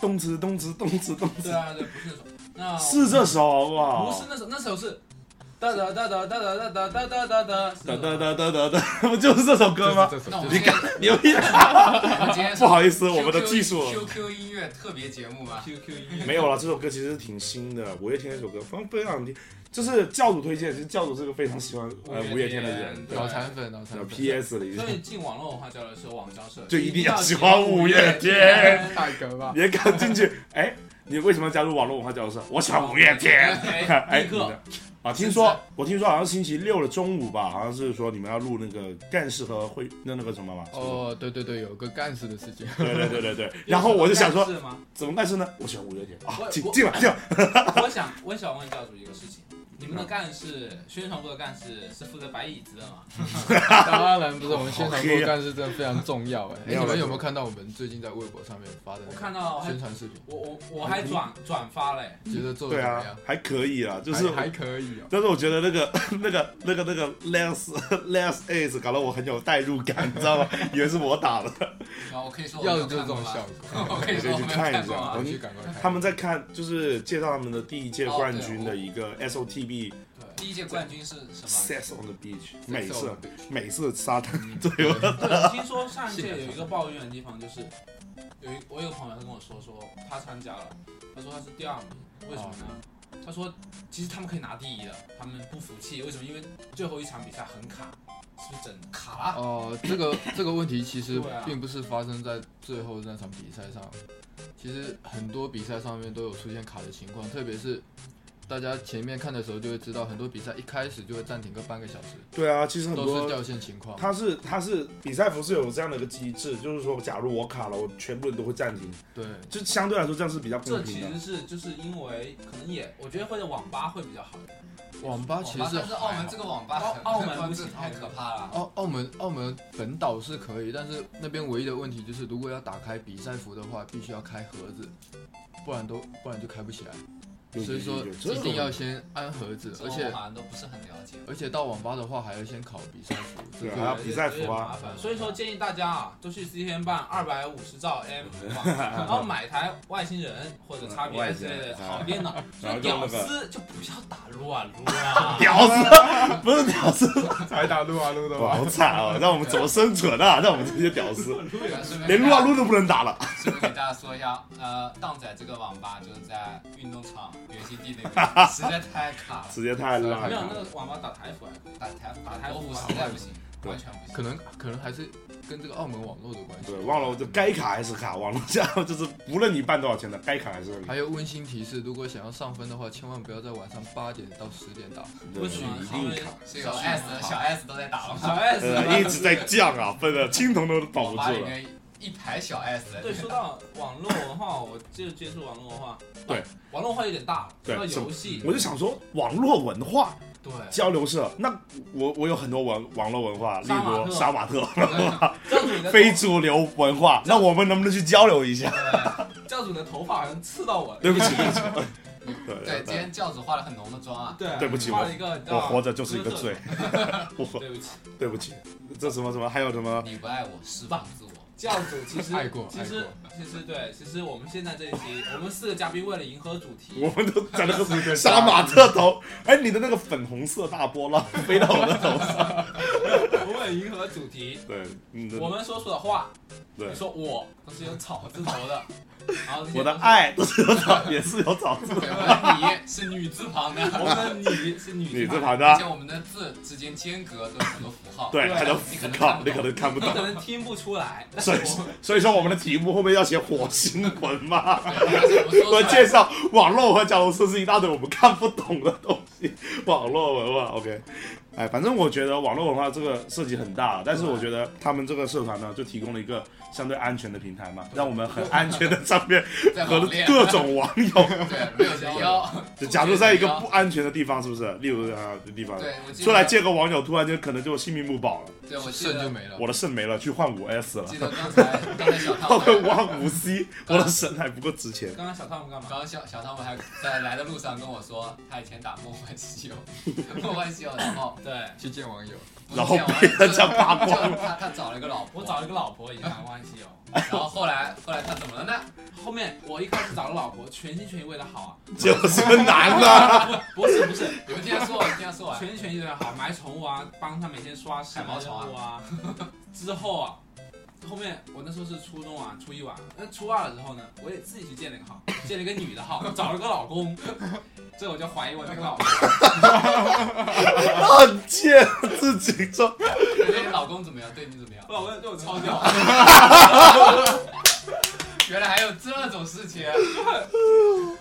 Speaker 1: 动词动词动词动
Speaker 4: 对
Speaker 1: 词，
Speaker 4: 啊，对，不是那首，那
Speaker 1: 是这首好不
Speaker 4: 不是
Speaker 1: 好？
Speaker 4: 那首，那首是哒哒哒哒哒哒哒哒哒哒
Speaker 1: 哒
Speaker 4: 哒哒
Speaker 1: 哒哒哒哒哒，不就是这首歌吗
Speaker 5: 这？是这
Speaker 3: 那我
Speaker 5: 首
Speaker 3: 们
Speaker 1: 你
Speaker 3: 今
Speaker 1: 敢
Speaker 3: 天，
Speaker 1: 牛逼！
Speaker 3: 我们今天是
Speaker 1: 不好意思，我们的技术
Speaker 3: QQ 音乐特别节目啊嘛，
Speaker 4: ，QQ 音乐
Speaker 1: 没有了。这首歌其实是挺新的，五月天那首歌，非常非常，就是教主推荐，其实教主是个非常喜欢呃五
Speaker 4: 五
Speaker 1: 月
Speaker 4: 月
Speaker 1: 天
Speaker 4: 天
Speaker 1: 的人。对
Speaker 5: 脑残粉，脑残粉。
Speaker 1: P.S. 了已经
Speaker 4: 所，以进网络文化交流社、网交社
Speaker 1: 就一定要喜欢五月天。
Speaker 5: 大哥吧，
Speaker 1: 也敢进去？哎，你为什么要加入网络文化交流社？我喜欢五月天。
Speaker 4: 哎，
Speaker 1: 哎，
Speaker 4: 立刻
Speaker 1: 你的啊，听说我听说好像星期六的中午吧，好像是说你们要录那个干事和会那那个什么嘛。
Speaker 5: 哦，对对对，有个干事的事
Speaker 1: [laughs]
Speaker 5: 情，
Speaker 1: 对对对对对。然后我就想说，
Speaker 4: 是吗？
Speaker 1: 怎么干事呢？我喜欢五月天啊，
Speaker 4: 我
Speaker 1: 进
Speaker 4: 我
Speaker 1: 进吧进吧。
Speaker 4: 我想，我想问教主一个事情：你们的干事，宣传部的干事是负责摆椅子的吗？
Speaker 5: 当然不是我们宣传
Speaker 1: 好黑
Speaker 5: 部
Speaker 1: 啊
Speaker 5: 干事真的非常重要哎。
Speaker 1: 没有
Speaker 5: 哎，你
Speaker 1: 了
Speaker 5: 们有没有看到我们最近在微博上面发的
Speaker 4: 我
Speaker 5: 那
Speaker 4: 看
Speaker 5: 个
Speaker 4: 到还
Speaker 5: 宣传视频？
Speaker 4: 我我我还转转发嘞，
Speaker 5: 觉得做的
Speaker 1: 对
Speaker 5: 怎么
Speaker 1: 啊
Speaker 5: 样？，
Speaker 1: 还可以啊，就是
Speaker 5: 还还可以哦。
Speaker 1: 但是我觉得那个 [laughs] 那个那个那个 [laughs] less less is 搞得我很有代入感，你知道吗？以为是我打的。
Speaker 3: 然后我可以说我
Speaker 5: 要
Speaker 3: 没
Speaker 5: 的
Speaker 3: 有看
Speaker 5: 就是这种
Speaker 3: 过
Speaker 4: 啊
Speaker 3: 吧
Speaker 4: [laughs]
Speaker 5: 效果，
Speaker 3: 我可以说
Speaker 1: 我
Speaker 3: 我没有
Speaker 1: 就去看
Speaker 3: 看
Speaker 1: 一
Speaker 3: 过
Speaker 1: 下
Speaker 3: 啊
Speaker 1: 我
Speaker 5: 回
Speaker 1: 去
Speaker 5: 去赶快看。
Speaker 1: 他们在看，就是介绍他们的第一届
Speaker 3: 哦
Speaker 1: 冠
Speaker 3: 对
Speaker 1: 军
Speaker 3: 我
Speaker 1: 的一个 SOTB
Speaker 3: 第一届冠军是什
Speaker 1: Sex on the Beach，美
Speaker 5: 这
Speaker 1: 式
Speaker 5: 种
Speaker 1: 美式沙滩，对我
Speaker 4: 对，听说上一届有一个抱怨的地方就是，有一我有个朋友他跟我说说他参加了，他说他是第二名，为什么呢？
Speaker 1: 哦
Speaker 4: 他说其实他们可以拿第一的，他们不服气，为什么？因为最后一场比赛很卡，是不是真的卡了？
Speaker 5: 哦，这个这个问题其实
Speaker 4: 对啊
Speaker 5: 并不是发生在最后那场比赛上，其实很多比赛上面都有出现卡的情况，特别是大家前面看的时候就会知道，很多比赛一开始就会暂停个半个小时，
Speaker 1: 对啊，其实很
Speaker 5: 都是
Speaker 1: 多。
Speaker 5: 掉线情况。
Speaker 1: 它是它是比赛服是有这样的一个机制，就是说，假如我卡了，我全部人都会暂停，
Speaker 5: 对，
Speaker 1: 就相对来说这样是比较
Speaker 4: 这
Speaker 1: 公
Speaker 4: 其
Speaker 1: 平的
Speaker 4: 实。是就是因为可能也我觉得或者网吧会比较好，
Speaker 5: 网吧其实
Speaker 3: 么？
Speaker 5: 是
Speaker 3: 但是澳门这个网吧
Speaker 4: 澳
Speaker 3: 很，
Speaker 4: 澳门不
Speaker 3: 这
Speaker 4: 行
Speaker 3: 太可怕了。
Speaker 5: 澳澳门澳门本岛是可以，但是那边唯一的问题就是，如果要打开比赛服的话，必须要开盒子，不然都不然就开不起来。
Speaker 1: 有
Speaker 5: 所以说
Speaker 1: 有有这
Speaker 5: 一定要
Speaker 1: 种
Speaker 5: 先安盒子，
Speaker 3: 这
Speaker 5: 而
Speaker 3: 个
Speaker 5: 且
Speaker 3: 我好像都不是很了解。
Speaker 5: 而且到网吧的话还要先考比赛服，这
Speaker 1: 对
Speaker 5: 个
Speaker 1: 还要比赛
Speaker 4: 有点
Speaker 1: 服啊
Speaker 4: 麻烦。所以说建议大家啊，都去 C 天办二百五十兆 M，网然后买台外星人或者叉 B
Speaker 1: 嗯外
Speaker 4: S
Speaker 1: 星
Speaker 4: 之类
Speaker 1: 人啊
Speaker 4: 的好电脑，
Speaker 1: 然后
Speaker 4: 就
Speaker 1: 用那
Speaker 4: 屌
Speaker 1: 个。
Speaker 4: 丝就不要打乱撸啊
Speaker 1: 屌丝，不是屌丝，
Speaker 5: 才打撸啊撸的
Speaker 1: 哇好惨啊！让我们怎么生存啊？让我们这些屌丝，
Speaker 3: 顺便
Speaker 1: 连
Speaker 3: 给
Speaker 1: 撸
Speaker 3: 大
Speaker 1: 啊
Speaker 3: 家
Speaker 1: 撸都不能打了。
Speaker 3: 顺便给大家说一下，呃，荡仔这个网吧就是在运动场原基地那边，实在太卡了，
Speaker 1: 时间太烂
Speaker 4: 没有
Speaker 1: 了。
Speaker 4: 那个网吧打台服啊，
Speaker 3: 打台打
Speaker 4: 打台
Speaker 3: 台
Speaker 4: 服
Speaker 3: 服
Speaker 4: 吧
Speaker 3: 实在不行，
Speaker 1: 对
Speaker 3: 完全不行。
Speaker 5: 可能可能还是跟这个澳门网络的关系
Speaker 1: 对，。忘了我就该卡还是卡，网 [laughs] 络下就是无论你办多少钱的，该卡还是卡。
Speaker 5: 还有温馨提示，如果想要上分的话，千万不要在晚上八点到十点打。
Speaker 1: 对
Speaker 4: 为什么
Speaker 1: 一
Speaker 4: 因
Speaker 1: 定
Speaker 4: 为
Speaker 1: 卡。
Speaker 3: 这个 S 小 S 都在打了
Speaker 4: 小
Speaker 3: 吗？
Speaker 1: 呃，一
Speaker 4: S
Speaker 1: 直在降啊，分的青铜都保
Speaker 3: 网
Speaker 1: 不
Speaker 3: 吧里
Speaker 1: 住了。
Speaker 3: 面一排小 S，
Speaker 4: 对，说到网络文化，我就接触网络文化。
Speaker 1: 对
Speaker 4: 啊，网络文化有点大。
Speaker 1: 对
Speaker 4: 说到
Speaker 1: 什么
Speaker 4: 游戏，
Speaker 1: 我就想说，网络文化
Speaker 4: 对，
Speaker 1: 交流社，那我我有很多网网络文化，例
Speaker 4: 杀马特
Speaker 1: 如杀马特、
Speaker 4: 教主你
Speaker 1: [laughs]
Speaker 4: 的
Speaker 1: 非主流文化，那我们能不能去交流一下？
Speaker 4: 头教主你的头发好像刺到我了。
Speaker 1: 对不起，对不起，
Speaker 3: 对，
Speaker 1: [laughs] 对
Speaker 3: 今天教主化了很浓的妆啊，
Speaker 4: 对
Speaker 1: 对不起
Speaker 4: 画了一个，你知道
Speaker 1: 我
Speaker 4: 吗
Speaker 1: 活着就是一个罪。， [laughs] 我
Speaker 4: 对不起。
Speaker 1: 对不起，这什么什么，还有什么？
Speaker 3: 你不爱我，释放
Speaker 1: [laughs]
Speaker 3: 自我。
Speaker 4: 教主其实
Speaker 5: 爱过
Speaker 4: 其实
Speaker 5: 爱
Speaker 4: 其实对，其实我们现在这一期，我们四个嘉宾为了迎合主题，
Speaker 1: 我们都在 [laughs] 那个杀马特头，哎，你的那个粉红色大波浪 [laughs] 飞到我的头上。
Speaker 4: 我们为了迎合主题，
Speaker 1: 对，嗯，
Speaker 4: 我们所说的话，
Speaker 1: 对
Speaker 4: 你说我都是有草字头的，然后这些
Speaker 1: 我的
Speaker 4: 都是，
Speaker 1: 爱都是有早，也是有早字，
Speaker 3: 对，我的你是女字旁的，
Speaker 4: 我们的你是女
Speaker 1: 你
Speaker 4: 字
Speaker 1: 这
Speaker 4: 旁，
Speaker 1: 旁
Speaker 3: 而
Speaker 1: 的
Speaker 3: 且，我们的字之间间隔都有很多符号。
Speaker 1: 对，还能
Speaker 3: 你可
Speaker 1: 俯
Speaker 3: 能
Speaker 1: 靠
Speaker 3: 看，不
Speaker 1: 你可
Speaker 3: 懂。
Speaker 1: 能看不
Speaker 4: 你
Speaker 1: 懂
Speaker 4: 可。能听不出来，但是
Speaker 1: 所以
Speaker 4: 我们
Speaker 1: 所以说我们的题目后面要写火星文嘛？
Speaker 3: 对
Speaker 1: 我
Speaker 3: 我
Speaker 1: 介
Speaker 3: 介
Speaker 1: 绍网络和交流设施一大堆我们看不懂的东西，网络文化。OK，哎，反正我觉得网络文化这个涉及很大，啊但是我觉得他们这个社团呢，就提供了一个相对安全的平台嘛，让我们很安全的上面
Speaker 3: 在
Speaker 1: 和
Speaker 3: 网恋，
Speaker 1: 各种网
Speaker 3: [laughs]
Speaker 1: 友。
Speaker 3: 对，没有人妖。
Speaker 1: 就假如在一个不安全的地方，是不是？例如啊，这地方
Speaker 3: 对，我记得
Speaker 1: 出来见个网友，突然间可能就性命不保了，
Speaker 3: 对，我记
Speaker 5: 肾就
Speaker 3: 得
Speaker 5: 没了
Speaker 1: 我。的肾没了，去换五 S 了
Speaker 3: 记。得刚才刚才小
Speaker 1: 到 [laughs]
Speaker 3: 汤
Speaker 1: 个
Speaker 3: 姆，
Speaker 1: 五万五 C，我的神还不够值
Speaker 4: [laughs]
Speaker 1: 钱。
Speaker 4: 刚刚小汤姆干嘛？
Speaker 3: 刚刚小小汤姆还在来的路上跟我说，他以前打《梦幻西游》，《梦幻西游》，然后
Speaker 4: 对，
Speaker 5: 去见网友，
Speaker 3: 不是
Speaker 1: 然后
Speaker 3: 见完
Speaker 1: 被人家扒光
Speaker 3: 就是他他找了一个老婆，
Speaker 4: 我找了一个老婆也蛮关系哦。
Speaker 3: 然后后来后来他怎么了呢？
Speaker 4: 后面我一开始找了老婆，全心全意为她好
Speaker 1: 就是难了。
Speaker 4: 啊，不不是不
Speaker 3: [laughs]
Speaker 4: 是，
Speaker 3: 你们听他说完，听他说完。
Speaker 5: [laughs]
Speaker 4: 全心全意为她好，买宠物啊，帮她每天刷洗
Speaker 3: 海毛
Speaker 4: 任
Speaker 3: 床啊
Speaker 4: 务啊。 [laughs] 之后啊，后面我那时候是初中啊，初一晚，那初二了之后呢，我也自己去建了一个号，建了一个女的号，找了个老公，这我就怀疑我那个老公，
Speaker 1: 很贱，自己做。
Speaker 3: 你对哎你老公怎么样？对你怎么样？
Speaker 4: 我老公对我超
Speaker 5: [laughs]
Speaker 4: 屌，
Speaker 3: 原来还有这种事情，啊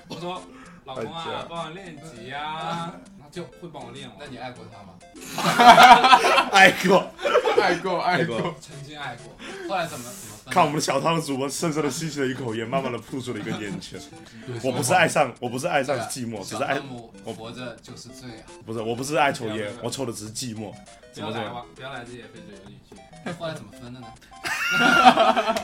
Speaker 4: 我说老公啊，帮我练级啊，他就会帮我练我
Speaker 3: 那，你爱过他吗？
Speaker 1: 爱过，
Speaker 5: 爱过爱过，
Speaker 1: 过。
Speaker 4: 曾经爱过。
Speaker 3: 后来怎么怎
Speaker 1: 哎
Speaker 3: 么分？
Speaker 1: 看我们的小汤主播深深的吸起了一口烟，慢慢的吐出了一个烟圈。我不是
Speaker 3: 爱
Speaker 1: 爱上，我不是爱上寂寞，只
Speaker 3: 啊小
Speaker 1: 是爱
Speaker 3: 汤，姆活着就是罪啊！
Speaker 1: 不是，我不是爱抽
Speaker 4: 不要
Speaker 1: 烟
Speaker 4: 不，要
Speaker 1: 我抽的只是寂寞。
Speaker 4: 不
Speaker 1: 怎
Speaker 4: 要
Speaker 1: 么怎
Speaker 4: 来
Speaker 1: 么？
Speaker 4: 吧，不要来这些非主流语句，
Speaker 1: [laughs]
Speaker 3: 后来怎么分的呢？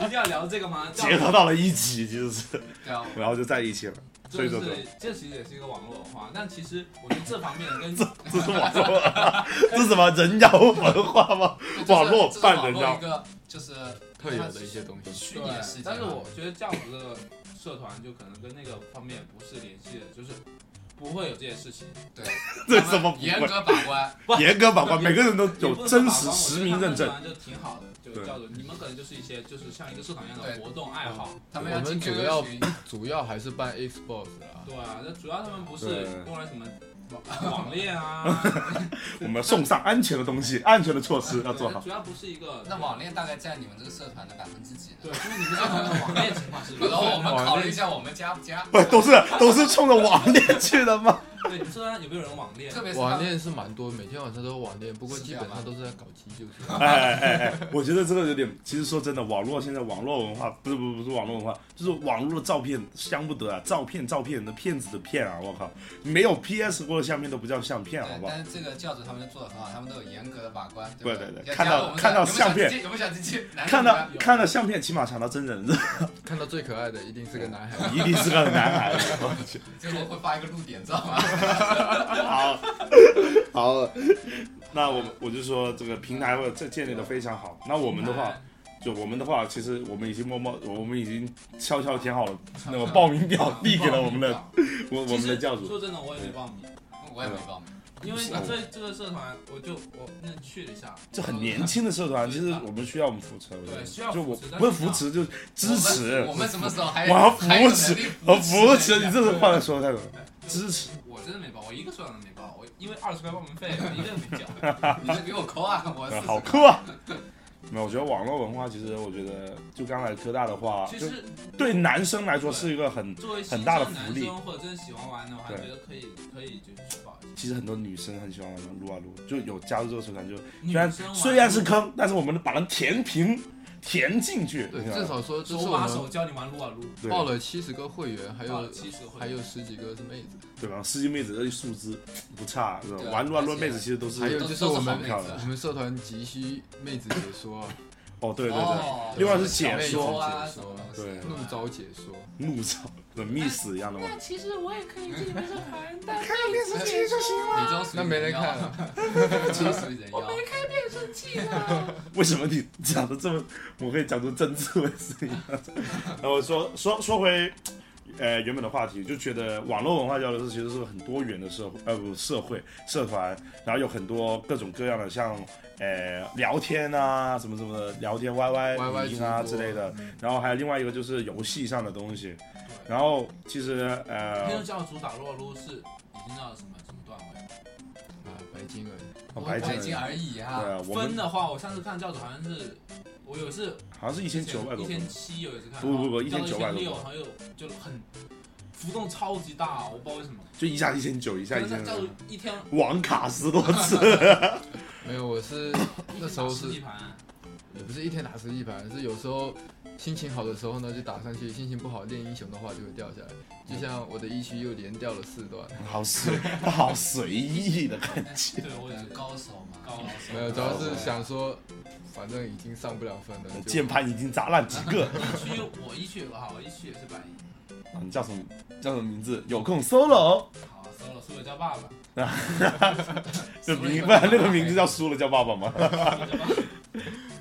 Speaker 4: 一定要聊这
Speaker 1: [laughs]
Speaker 4: 个吗？
Speaker 1: 结合到了一起，就是，
Speaker 3: 对啊，
Speaker 1: 然后就在一起了。所
Speaker 4: 这
Speaker 1: 以
Speaker 4: 就
Speaker 1: 说，
Speaker 4: 是这其实也是一个网络文化，但其实我觉得这方面跟
Speaker 1: [laughs] 这是网络， [laughs] 这是什么人妖文化吗？
Speaker 3: 这就是
Speaker 1: 网络
Speaker 3: 这是
Speaker 1: 半
Speaker 3: 网
Speaker 1: 人
Speaker 3: 络
Speaker 1: 妖
Speaker 3: 一个就是
Speaker 5: 特有的一些东西。
Speaker 3: 虚拟的世
Speaker 1: 啊
Speaker 4: 对，
Speaker 3: 界。
Speaker 4: 但是我觉得教辅这个社团就可能跟那个方面不是联系的，就是不会有这些事情。
Speaker 3: 对，
Speaker 1: 这
Speaker 3: 他们
Speaker 1: 什么不
Speaker 3: 严
Speaker 1: 会？
Speaker 3: 格把关？
Speaker 1: [laughs] 严格把关，每个人都
Speaker 4: 也不
Speaker 1: 有
Speaker 4: 是
Speaker 1: 真
Speaker 4: 说
Speaker 1: 实
Speaker 4: 打
Speaker 1: 实
Speaker 4: 广告
Speaker 1: 名认证。 [laughs]
Speaker 4: 我觉得他们这个团就挺好的，就
Speaker 1: 对
Speaker 4: 叫做你们可能就是一些就是像一个社团一样的
Speaker 3: 对
Speaker 4: 活动爱好。
Speaker 3: 他们要
Speaker 5: 我
Speaker 3: 进
Speaker 5: 们
Speaker 3: QQ
Speaker 5: 主要
Speaker 3: 群，
Speaker 5: 主要还是办 Xbox 啦，
Speaker 4: 对啊，那主要他们不
Speaker 1: 对
Speaker 4: 是用来什么网 [laughs] 网恋啊，
Speaker 1: 我们送上安全的东西，安全的措 [laughs] 施要做
Speaker 4: 对
Speaker 1: 好。
Speaker 4: 主要不是一个
Speaker 3: 那网恋大概占你们这个社团的百分之几呢？
Speaker 4: 对，因为你们社团的网恋情况
Speaker 3: [laughs]，
Speaker 4: 是
Speaker 3: 然后我们考虑一下，我们加不加？
Speaker 1: [laughs] 喂，都是都是冲着网恋去的吗？
Speaker 4: 对，你们社团有没有人网恋？
Speaker 3: 特别是他
Speaker 5: 网恋是蛮多，每天晚上都有网恋，不过基本上都是在搞基，就是
Speaker 1: [laughs] 哎哎哎哎，我觉得这个有点，其实说真的，网络现在网络文化不是不是不是网络文化，就是网络照片相不得啊，照片照片的骗子的骗啊，我靠，没有 PS 过的相片都不叫相片，好
Speaker 3: 对，
Speaker 1: 不好？
Speaker 3: 但是这个教主他们就做的很好，他们都有严格的把关，不
Speaker 1: 对对对
Speaker 3: 要
Speaker 1: 看到
Speaker 3: 加入我们
Speaker 1: 看到
Speaker 3: 有没有
Speaker 1: 相片
Speaker 3: 小鸡鸡有没有小鸡鸡？男的
Speaker 1: [laughs] 看到
Speaker 3: 女的
Speaker 1: 看到相片，起码想到真人， [laughs]
Speaker 5: 看到最可爱的一定是个男孩。
Speaker 1: 一定是个男孩。我去
Speaker 3: 最后会发一个露点照吗？
Speaker 1: 好，好，那我我就说这个平台这建立的非常好。那我们的话，就我们的话，其实我们已经默默，我们已经悄悄填好了 [laughs] 那个报名表，递给了我们 [laughs] 的我我
Speaker 4: 其
Speaker 1: 们
Speaker 4: 实
Speaker 1: 的教主。嗯
Speaker 4: 说真的，我也没报名。
Speaker 3: [laughs] 我也没报名，
Speaker 4: 因为这这个社团，我就我那去了一下，
Speaker 1: 就很年轻的社团，其实我们需要我们扶持，我觉得
Speaker 4: 对需要
Speaker 1: 就我
Speaker 4: 扶持但
Speaker 1: 不是
Speaker 4: 是
Speaker 1: 扶持，就是支
Speaker 3: 我
Speaker 1: 持
Speaker 3: 们我，们什么时候还
Speaker 1: 我要扶
Speaker 3: 还有能
Speaker 1: 持
Speaker 3: 力
Speaker 1: 和扶
Speaker 3: 扶
Speaker 1: 持，你这是话说太多了，支持。
Speaker 4: 我真的没报，我一个社团都没报，我因为二十块报名费，我一个人没
Speaker 1: [laughs]
Speaker 4: 交。
Speaker 3: 你这比我抠啊，我
Speaker 1: 呃
Speaker 3: 40
Speaker 1: 好酷啊！没有，我觉得网络文化其实，我觉得就刚来科大的话，
Speaker 4: 其
Speaker 1: 就
Speaker 4: 实
Speaker 1: 对男生来说是一个很，
Speaker 4: 作为新
Speaker 1: 啊很
Speaker 4: 生
Speaker 1: 大的福
Speaker 4: 男
Speaker 1: 利
Speaker 4: 生或者真的喜欢玩的话，
Speaker 1: 对
Speaker 4: 觉得可以可以就去报一下。
Speaker 1: 其实很多女生很喜欢玩撸啊撸，就有加入这个社团就，
Speaker 4: 女
Speaker 1: 虽然
Speaker 4: 生玩
Speaker 1: 虽然是坑，但是我们把它填平、填进去。
Speaker 5: 对
Speaker 1: 你，知道
Speaker 5: 至
Speaker 1: 吗
Speaker 5: 少说这是
Speaker 4: 手
Speaker 5: 我
Speaker 4: 把
Speaker 5: 们
Speaker 4: 手教你玩撸啊撸，
Speaker 1: 啊对
Speaker 5: 报了七十个会员，还
Speaker 4: 还有
Speaker 5: 有
Speaker 4: 七十个会员，
Speaker 5: 还有十几个是妹子，
Speaker 1: 对吧？司机妹子的素质不差，是吧
Speaker 3: 对？啊
Speaker 1: 玩撸啊撸的
Speaker 3: 而且
Speaker 1: 妹子其实都是
Speaker 5: 还有
Speaker 3: 都
Speaker 5: 就是我们
Speaker 3: 都是
Speaker 1: 好
Speaker 3: 好
Speaker 1: 妹
Speaker 3: 妹
Speaker 1: 子
Speaker 3: 子
Speaker 5: 我们社团急需妹子解说啊，
Speaker 1: 哦，对对对，
Speaker 3: 哦
Speaker 1: 另外是解
Speaker 5: 妹子
Speaker 1: 说
Speaker 3: 啊
Speaker 5: 解
Speaker 3: 什么东
Speaker 5: 说，
Speaker 3: 西
Speaker 1: 对
Speaker 5: 怒招解说，
Speaker 1: 怒吵的 miss 一样的嘛。
Speaker 6: 其实我也可以进你们社团，但是
Speaker 3: 你这种属于
Speaker 5: 那没人
Speaker 3: 妖
Speaker 1: [laughs]
Speaker 5: 看，了，
Speaker 3: 你这种属于人妖，
Speaker 6: 变声器了。
Speaker 1: 为什么你讲的这么，我可以讲出真刺猬声音？然后说说说回，呃，原本的话题，就觉得网络文化交流是其实是个很多元的社会，呃，不，社会社团，然后有很多各种各样的像，呃，聊天啊，什么什么的，聊天 YY、
Speaker 5: YY
Speaker 1: 语音啊
Speaker 5: 直
Speaker 1: 之
Speaker 5: 播
Speaker 1: 类的，然后还有另外一个就是游戏上的东西，然后其实呃
Speaker 4: 听，说教主打撸啊撸是已经到了什么什么段位了？
Speaker 5: 啊，白金而已。
Speaker 1: 我
Speaker 3: 我
Speaker 1: 白
Speaker 3: 白
Speaker 1: 金
Speaker 3: 金
Speaker 1: 了，
Speaker 3: 而已
Speaker 1: 对
Speaker 3: 啊，
Speaker 1: 啊，我
Speaker 4: 分
Speaker 1: 们
Speaker 4: 的话，我上次看教主好像是，我有一次
Speaker 1: 好像是一千九百
Speaker 4: 一
Speaker 1: 多分，
Speaker 4: 千七有一次看，
Speaker 1: 不不不
Speaker 4: 然后
Speaker 1: 1900
Speaker 4: 教主
Speaker 1: 多
Speaker 4: 六好像有就很浮动超级大，我不知道为什么。
Speaker 1: 就一下一千九，一下
Speaker 4: 可
Speaker 1: 一千
Speaker 4: 能他，教主一天
Speaker 1: 网卡十多次，
Speaker 5: 没有，我是那时候是
Speaker 4: 一天打十几盘，
Speaker 5: 也不是一天打十几盘，是有时候心情好的时候呢就打上去，心情不好练英雄的话就会掉下来。就像我的一区又连掉了四段，
Speaker 1: 好随，好随意的感觉。
Speaker 4: 哎对我也是
Speaker 3: 对高手嘛，
Speaker 4: 高手
Speaker 5: 没有，主要是想说，反正已经上不了分了，就
Speaker 1: 键盘已经砸烂几个，
Speaker 4: 一区我一区有个号，我一区也是百亿。
Speaker 1: 你叫什么叫什么名字？有空 solo，
Speaker 4: 好，输了，输了叫爸爸。
Speaker 1: 这名不然那个名字叫输了叫爸爸吗？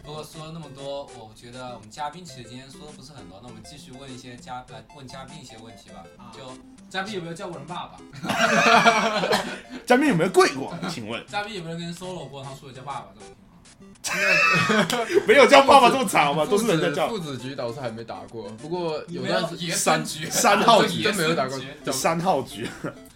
Speaker 3: 不过说了那么多，我觉得我们嘉宾其实今天说的不是很多，那我们继续问一些嘉呃问嘉宾一些问题吧。
Speaker 4: 啊
Speaker 3: 就
Speaker 4: 嘉宾有没有叫过人爸爸？
Speaker 1: 嘉宾有没有跪过？请问
Speaker 4: 嘉宾有没有跟 solo 过？他输了叫爸爸，这种情况。
Speaker 1: 没有叫爸爸这么长吗？都是人家叫
Speaker 5: 父子局倒是还没打过，不过有
Speaker 3: 没
Speaker 5: 段
Speaker 3: 有
Speaker 5: 时
Speaker 3: 野三
Speaker 5: 三
Speaker 3: 局，
Speaker 1: 三号
Speaker 3: 打过
Speaker 1: 局
Speaker 3: 野
Speaker 5: 真没有
Speaker 3: 三
Speaker 5: 打过
Speaker 3: 局，
Speaker 5: 叫
Speaker 1: 三号局，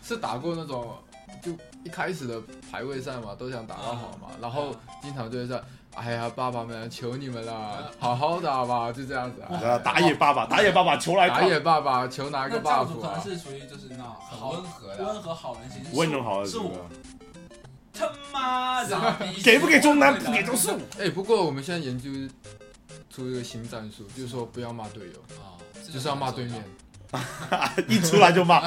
Speaker 5: 是打过那种就一开始的排位赛嘛，都想打到好
Speaker 1: 嗯
Speaker 5: 嘛，然后经常就会在，哎呀，爸爸们求你
Speaker 4: [laughs]
Speaker 5: 们了，
Speaker 4: 嗯
Speaker 5: 好好打吧，就这样子啊，
Speaker 1: 呃 [laughs] 打野爸爸，打野爸爸，求来
Speaker 5: 打野爸爸求拿
Speaker 4: 那
Speaker 5: 个
Speaker 4: 这样子
Speaker 5: buff
Speaker 4: 可能
Speaker 5: 啊，
Speaker 4: 是属于就是那种
Speaker 3: 很
Speaker 4: 好
Speaker 3: 温和
Speaker 4: 温
Speaker 3: 的。啊
Speaker 4: 和好人型。是
Speaker 1: 温柔好的
Speaker 4: 是
Speaker 1: 这
Speaker 4: 我
Speaker 1: 个，
Speaker 4: 他妈
Speaker 3: 傻
Speaker 4: 的，
Speaker 3: 逼
Speaker 1: 给不给中单不给都是我。
Speaker 5: 哎，不过我们现在研究出一个新战术，就是说不要骂队友，
Speaker 3: 啊，这
Speaker 5: 就是要骂对面。
Speaker 1: 一出来就骂，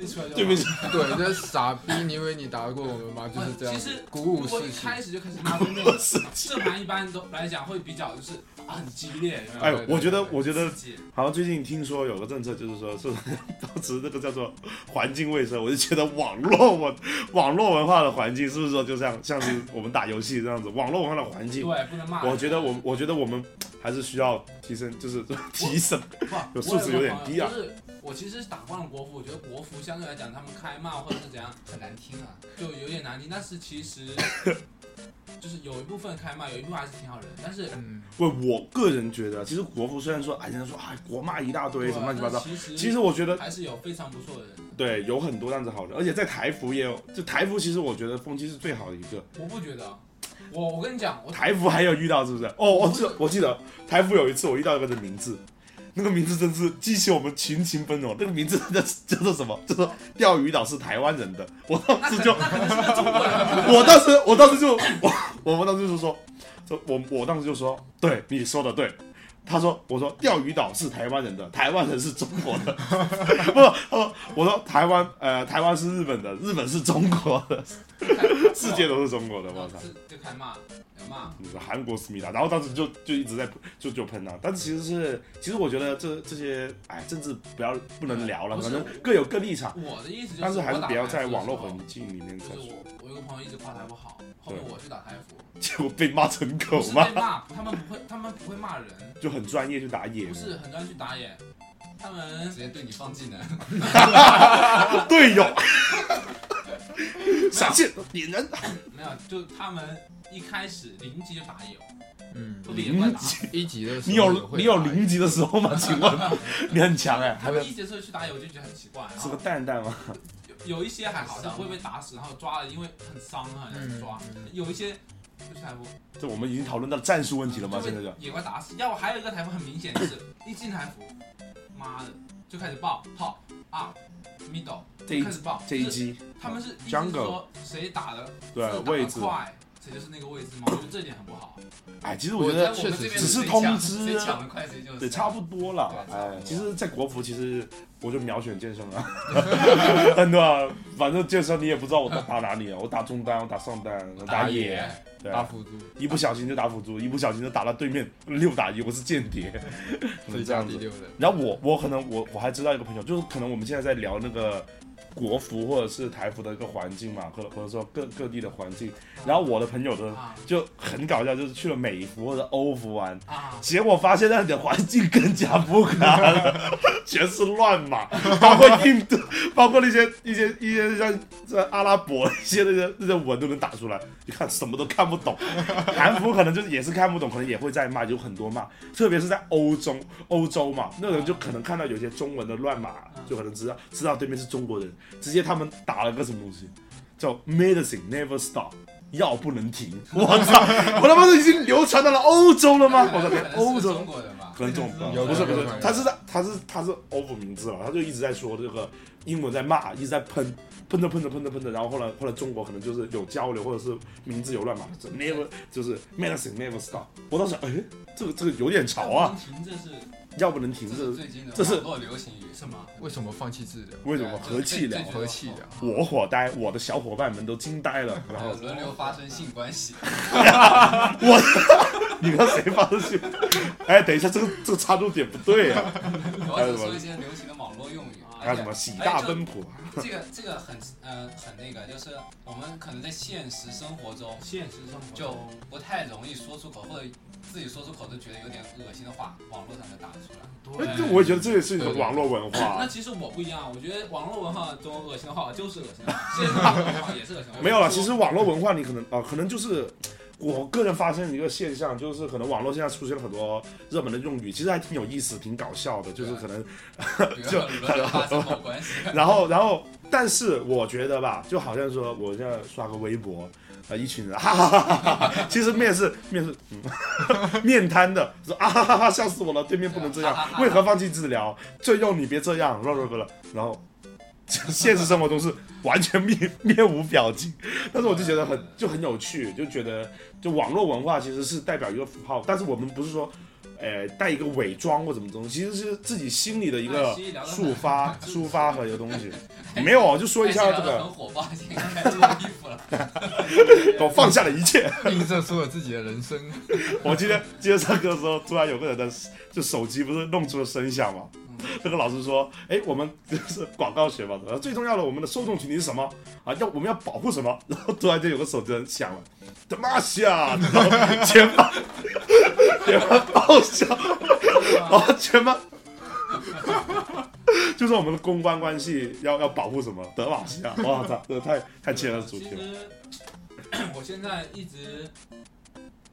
Speaker 4: 一出来就
Speaker 1: 对面是
Speaker 4: 啊
Speaker 5: 对，这傻逼，你以为你打得过我们吗？就是这样
Speaker 4: 其
Speaker 5: 子
Speaker 4: 实，
Speaker 5: 鼓舞
Speaker 4: 如果
Speaker 5: 士
Speaker 4: 一
Speaker 5: 气。
Speaker 4: 开始就开始骂对 [laughs] 面，这盘一般都来讲会比较就是啊很激烈，有没有
Speaker 1: 哎，我觉得，我觉得
Speaker 4: 刺激
Speaker 1: 好像最近听说有个政策，就是说是 [laughs] 当时那个叫做环境卫生，我就觉得网络文网络文化的环境是不是说就像像是我们打游戏这样子，网络文化的环境，
Speaker 4: 对，不能骂人。
Speaker 1: 我觉得我我觉得我们还是需要提升，就是提升。
Speaker 4: 不，
Speaker 1: 有素质有点低啊
Speaker 4: 我有个朋友就是我其实是打惯了国服，我觉得国服相对来讲，他们开骂或者是怎样，
Speaker 3: 很难听啊。
Speaker 4: 就有点难听。但是其实就是有一部分开骂，有一部分还是挺好人。但是
Speaker 5: 嗯，
Speaker 1: 我我个人觉得，其实国服虽然说哎，人家说哎国骂一大堆
Speaker 4: 对
Speaker 1: 什么乱七八糟，
Speaker 4: 但是
Speaker 1: 其
Speaker 4: 其
Speaker 1: 实我觉得
Speaker 4: 还是有非常不错的人。
Speaker 1: 对有很多这样子好人，而且在台服也有，就台服其实我觉得风气是最好的一个。
Speaker 4: 我不觉得，啊我我跟你
Speaker 1: [laughs]
Speaker 4: 讲，我
Speaker 1: 台服还有遇到是不是？哦，我记得我记得台服有一次我遇到一个人名字，那个名字真是激起我们群情奔涌。那个名字叫叫做什么？叫做钓鱼岛是台湾人的。我当时
Speaker 4: [laughs]
Speaker 1: 就，我当时我当时就我我们当时就说，说我我当时就说，对你说的对。他说：“我说钓鱼岛是台湾人的，台湾人是中国的。 [laughs] 不，他说我说台湾呃台湾是日本的，日本是中国的， [laughs] 世界都是中国的。
Speaker 4: 然
Speaker 1: 我
Speaker 4: 后
Speaker 1: 操！
Speaker 4: 就开骂，有骂。
Speaker 1: 那个韩国思密达，然后当时就就一直在就就喷啊，但是其实是，其实我觉得这这些哎政治不要不能聊了，
Speaker 4: 不是
Speaker 1: 反正各有各立场，
Speaker 4: 我的意思就是，
Speaker 1: 但是还是不要在网络
Speaker 4: 环
Speaker 1: 环境里面
Speaker 4: 就是
Speaker 1: 再说，
Speaker 4: 我，我有个朋友一直夸台服好，后面我去打台服，
Speaker 1: [laughs] 结果被骂成狗
Speaker 4: 不是
Speaker 1: 嘛
Speaker 4: 被，骂，他们不会，他们不会骂人，
Speaker 1: 就很专业去打野
Speaker 4: 不，是很多人去打野，他们
Speaker 3: 直接对你放技能，
Speaker 4: 啊
Speaker 1: 队
Speaker 4: [laughs]
Speaker 1: 友啊闪现点人，
Speaker 4: 没有，就他们一开始零级就打野，
Speaker 5: 嗯，
Speaker 4: 特别也不会打。
Speaker 5: 一级的时候
Speaker 1: 你
Speaker 5: 也
Speaker 1: 有
Speaker 5: 会
Speaker 1: 你有
Speaker 5: 打
Speaker 1: 零级的时候
Speaker 4: [laughs]
Speaker 1: 吗？请问你很强哎，
Speaker 4: 他们一节时候去打野，我就觉得很奇怪。然
Speaker 1: 是
Speaker 4: 后
Speaker 1: 个蛋蛋吗？
Speaker 4: 有有一些还好，像不会被打死，然后抓了，因为很伤啊，
Speaker 1: 嗯
Speaker 4: 很难抓。
Speaker 5: 嗯
Speaker 4: 有一些就是台服
Speaker 1: 这我们已经讨论到战术问题了吗？
Speaker 4: 就
Speaker 1: 现在就
Speaker 4: 被野怪打死。要不还有一个台服很明显
Speaker 1: [laughs]
Speaker 4: 就是一进台服，妈的就开始爆 top up middle
Speaker 1: 这一
Speaker 4: 开始爆
Speaker 1: 这一击，
Speaker 4: 他们是一直
Speaker 1: Jungle
Speaker 4: 说谁打的
Speaker 1: 对啊位置，
Speaker 4: 快，谁就是那个位置嘛，我觉得这点很不
Speaker 1: [laughs]
Speaker 4: 好。
Speaker 1: 哎，其实
Speaker 5: 我
Speaker 1: 我觉
Speaker 5: 在
Speaker 1: 得
Speaker 5: 我
Speaker 3: 在我们这边
Speaker 1: 只是
Speaker 3: 谁
Speaker 1: 通
Speaker 3: 抢
Speaker 1: 知
Speaker 3: 谁抢的快谁就是谁。
Speaker 1: 对，差不多了。
Speaker 3: 对差不
Speaker 1: 哎
Speaker 3: 多，
Speaker 1: 其实，在国服其实我就秒选剑圣
Speaker 3: [laughs]
Speaker 1: 了， [laughs] 真的啊，反正剑圣你也不知道我打打哪里啊，我打中单，我打上单，我打野，对啊，
Speaker 5: 打辅助，
Speaker 1: 一不小心就打辅助，一不小心就打到对面六打一，我是间谍，可
Speaker 5: 最
Speaker 1: 能这
Speaker 5: 佳
Speaker 1: 样
Speaker 5: 第
Speaker 1: 子。
Speaker 5: 六人。
Speaker 1: 然后我我可能我我还知道一个朋友，就是可能我们现在在聊那个国服或者是台服的一个环境嘛，或者或者说各各地的环境。然后我的朋友的
Speaker 4: 啊
Speaker 1: 就很搞笑，就是去了美服或者欧服玩，
Speaker 4: 啊，
Speaker 1: 结果发现那里的环境更加不堪了， [laughs] 全是乱码， [laughs] 包括印度， [laughs] 包括那些一些一些像这阿拉伯一些那些那些文都能打出来，你看什么都看不懂。韩服可能就是也是看不懂，可能也会在骂，有很多骂，特别是在欧洲，欧洲嘛，那人就可能看到有些中文的乱码，就可能知道知道对面是中国人，直接他们打了个什么东西，叫 medicine never stop。药不能停，我操！我他妈都已经流传到了欧洲了吗？
Speaker 3: [laughs]
Speaker 1: 我操，哦连欧洲
Speaker 3: 中国人嘛，
Speaker 1: 可能这种
Speaker 5: 有
Speaker 1: 不是
Speaker 5: 有
Speaker 1: 不是
Speaker 5: 有有，
Speaker 1: 他是在他是他是 over 名字了，他就一直在说这个英文在骂，一直在喷，喷着喷着喷着喷着，然后后来后来中国可能就是有交流或者是名字有乱码就是，never 就是 medicine never stop。我当时哎，这个这个有点潮啊，
Speaker 4: 停这是
Speaker 1: 要不能停
Speaker 3: 这
Speaker 1: 这
Speaker 3: 是最近的
Speaker 1: 这是
Speaker 3: 网络流行语。
Speaker 4: 什么？
Speaker 5: 为什么放弃治疗？
Speaker 1: 为什么和气聊？
Speaker 5: 和气聊，
Speaker 1: 我火呆，我的小伙伴们都惊呆了，然
Speaker 3: 然
Speaker 5: [laughs]
Speaker 3: 后
Speaker 1: 后
Speaker 3: 轮流发生性
Speaker 1: [laughs]
Speaker 3: 关系，
Speaker 1: 你看谁发的去？哎，等一下，这个这个插入点不对啊。
Speaker 3: 我要想说一些流行的网络用语。哎
Speaker 1: 还有什么喜大奔普
Speaker 5: 嗯
Speaker 1: 啊，
Speaker 3: 这个这个很呃很那个，就是我们可能在现实生活中
Speaker 4: 现实生活
Speaker 3: 就
Speaker 4: 中
Speaker 3: 不太容易说出口，或者自己说出口都觉得有点恶心的话，网络上就打出
Speaker 4: 对
Speaker 3: 来。
Speaker 1: 哎这我也啊觉得这也是一种网络文
Speaker 4: 那
Speaker 1: 化。
Speaker 4: 其实我不一样，我觉得网络文化中恶心的话就是恶
Speaker 1: [laughs]
Speaker 4: 心的，现实文化也是恶心的。
Speaker 1: 没有了，其实网络文化你可能啊、可能就是我个人发现一个现象，就是可能网络现在出现了很多热门的用语，其实还挺有意思、挺搞笑的，就是可能
Speaker 3: 比如说伦理发生某关系，
Speaker 1: [laughs] 然后，然后，但是我觉得吧，就好像说，我现在刷个微博，啊，一群人，哈哈哈哈哈 [laughs] 哈，其实面试面试， [laughs] 嗯、面瘫的说啊哈哈哈，笑死我了，对面不能这样，为何放弃治疗？最后你别这样，啦啦啦啦，然后。现实生活中是完全面 [laughs] 面无表情，但是我就觉得很就很有趣，就觉得就网络文化其实是代表一个符号，但是我们不是说，呃，带一个伪装或怎么东西，其实是自己心里的一个
Speaker 4: 哎其实 [laughs] 聊得很
Speaker 1: 抒发、抒发和一个东西。没有，就说一下这
Speaker 3: 哎聊得
Speaker 1: 个，
Speaker 3: 很火爆，现在开始脱衣服了。
Speaker 1: [laughs] 我放下了一切。
Speaker 5: 映射出了自己的人生。
Speaker 1: [laughs] 我今天今天上课的时候，突然有个人的就手机不是弄出了声响嘛？那个老师说：“哎，我们就是广告学嘛，然后最重要的我们的受众群体是什么啊？要我们要保护什么？”然后突然间有个手机人响了，他妈下，然后全班全班爆笑，然后全班。就是我们的公关关系要要保护什么德玛西亚，哇操，这个太太切了主题了。
Speaker 4: 其实我现在一直，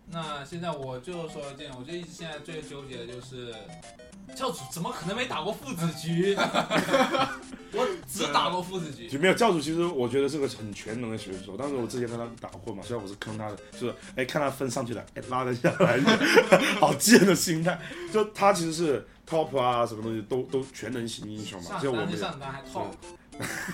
Speaker 4: 那现在我就说一件，我就一直现在最纠结的就是，教主怎么可能没打过父子局？我只打过父子局。
Speaker 1: 就没有教主，其实我觉得是个很全能的选手。当时我之前跟他打过嘛，虽然我是坑他的，就是哎看他分上去了，哎拉他下来， [laughs] 好贱的心态。就他其实是 top 啊，什么东西都都全能型英雄嘛。
Speaker 4: 上
Speaker 1: 就我
Speaker 4: 单
Speaker 1: 们
Speaker 4: 就
Speaker 1: 也
Speaker 4: 上单还痛，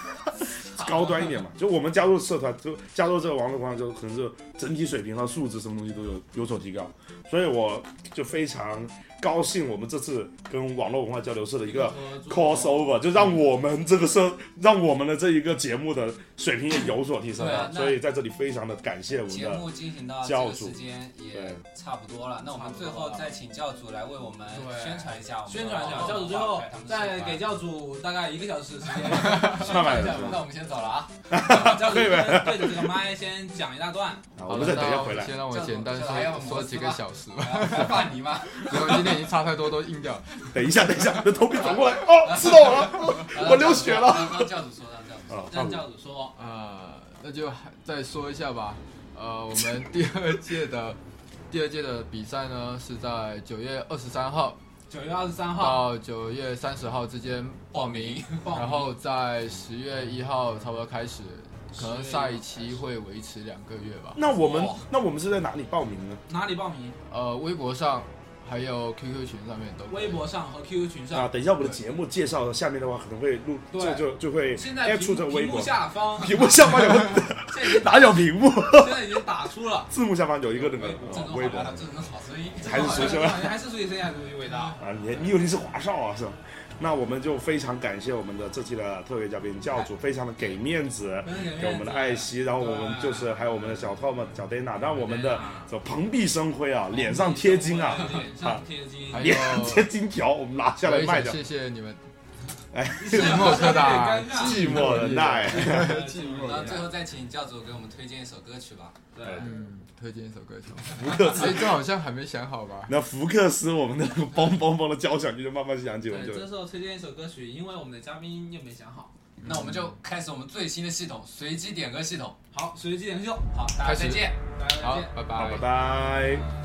Speaker 1: [laughs] 高端一点嘛，就我们加入社团，就加入这个网络文化之后，可能就整体水平和素质什么东西都有有所提高。所以我就非常高兴，我们这次跟网络文化交流社的一个 crossover，就让我们这个社，让我们的这一个节目的水平也有所提升
Speaker 3: 对
Speaker 1: 啊
Speaker 3: 啊。那
Speaker 1: 所以在这里非常的感谢我们
Speaker 3: 节
Speaker 1: 的，
Speaker 3: 目进行到
Speaker 1: 嗯
Speaker 3: 这
Speaker 1: 教
Speaker 3: 个
Speaker 1: 主
Speaker 3: 时间也
Speaker 1: 对
Speaker 3: 差不多了，那我们最后再请教主来为我们
Speaker 4: 对
Speaker 3: 宣传一下我们的
Speaker 4: 宣传一下，教主最后再给教主大概一个小时时间，
Speaker 1: 慢慢
Speaker 3: 那
Speaker 1: 的
Speaker 3: [laughs] 我，们那我们先走了啊，
Speaker 4: 教主先对着这个麦先讲一大段，
Speaker 1: 好我们
Speaker 5: [laughs]
Speaker 1: 再等一下回来。
Speaker 5: 先让我简单说说几个小时吧。
Speaker 3: 范尼吗？
Speaker 5: 然后今天已经差太多，都硬掉。
Speaker 1: 等一下，等一下，你的头皮转过来，哦，知道我了。我流血了
Speaker 3: [laughs] 让让教主说，让教
Speaker 1: [laughs]
Speaker 3: 主说。
Speaker 1: 啊，
Speaker 4: 让教主说。
Speaker 5: 呃，那就还再说一下吧。呃，我们第二届的第二届的比赛呢，是在九月二十三号
Speaker 4: 九月二十三号
Speaker 5: 到九月三十号之间报名，
Speaker 4: 报名
Speaker 5: 然后在十月一号差不多开始，可
Speaker 4: 10
Speaker 5: 能
Speaker 4: 月
Speaker 5: 赛期会维持两个月吧。
Speaker 1: 那我们
Speaker 3: 哇
Speaker 1: 那我们是在哪里报名呢？
Speaker 4: 哪里报名？
Speaker 5: 呃，微博上还有 QQ 群上面都可以
Speaker 4: 微博上和 QQ 群
Speaker 1: 啊，
Speaker 4: 上。
Speaker 1: 等一下我们的节目介绍下面的话可能会录，
Speaker 4: 对
Speaker 1: 就就就会
Speaker 4: 现在
Speaker 1: 哎出
Speaker 4: 屏
Speaker 1: 这个微
Speaker 4: 屏幕
Speaker 1: 博，
Speaker 4: 下
Speaker 1: [laughs]
Speaker 4: 方，
Speaker 1: 屏幕下方有个
Speaker 4: 现在已
Speaker 1: [laughs]
Speaker 4: 经
Speaker 1: 哪有屏幕？
Speaker 4: 现在已经打出了。
Speaker 1: 字幕下方有一个那个
Speaker 3: 这
Speaker 1: 呃
Speaker 3: 种
Speaker 1: 哦微
Speaker 3: 好
Speaker 1: 博
Speaker 3: 看，这种好声音，
Speaker 1: 还是啊谁说
Speaker 4: [laughs] 还是属于生涯主义伟大。
Speaker 1: 啊？你你以为你是华少啊是吧？那我们就非常感谢我们的这期的特别嘉宾教主，非常的给面子。给我们的爱惜，然后我们就是还有我们的小 Tom、小 Dana，让我们的这蓬荜生辉啊，脸上贴金啊，
Speaker 4: 脸上贴金， [laughs]
Speaker 5: 还有
Speaker 1: 脸上贴金条，我们拿下来
Speaker 5: 我也
Speaker 1: 卖
Speaker 5: 想
Speaker 1: 掉。
Speaker 5: 谢谢你们
Speaker 1: 哎，
Speaker 5: 寂寞柯达，
Speaker 4: 有点
Speaker 1: [laughs]
Speaker 4: 尴尬
Speaker 1: 寂寞的奈，
Speaker 4: 寂
Speaker 3: 然后最后再请教主给我们推荐一首歌曲吧。
Speaker 4: 对，
Speaker 5: 嗯，推荐一首歌曲。
Speaker 1: 福克斯
Speaker 5: 哎，这好像还没想好吧？
Speaker 1: 那福克斯，我们的 [laughs] 那个梆梆梆的交响曲就慢慢响起，我们
Speaker 4: 对，
Speaker 1: 就
Speaker 4: 这时候推荐一首歌曲，因为我们的嘉宾又没想好。
Speaker 3: 那我们就开始我们最新的系统——随机点歌系统。
Speaker 4: 好，随机点秀，
Speaker 3: 好，大家
Speaker 5: 开始
Speaker 3: 再见。
Speaker 4: 大家再
Speaker 5: 好
Speaker 4: 见。，
Speaker 5: 拜
Speaker 1: 好，拜拜。
Speaker 5: 拜。
Speaker 4: 拜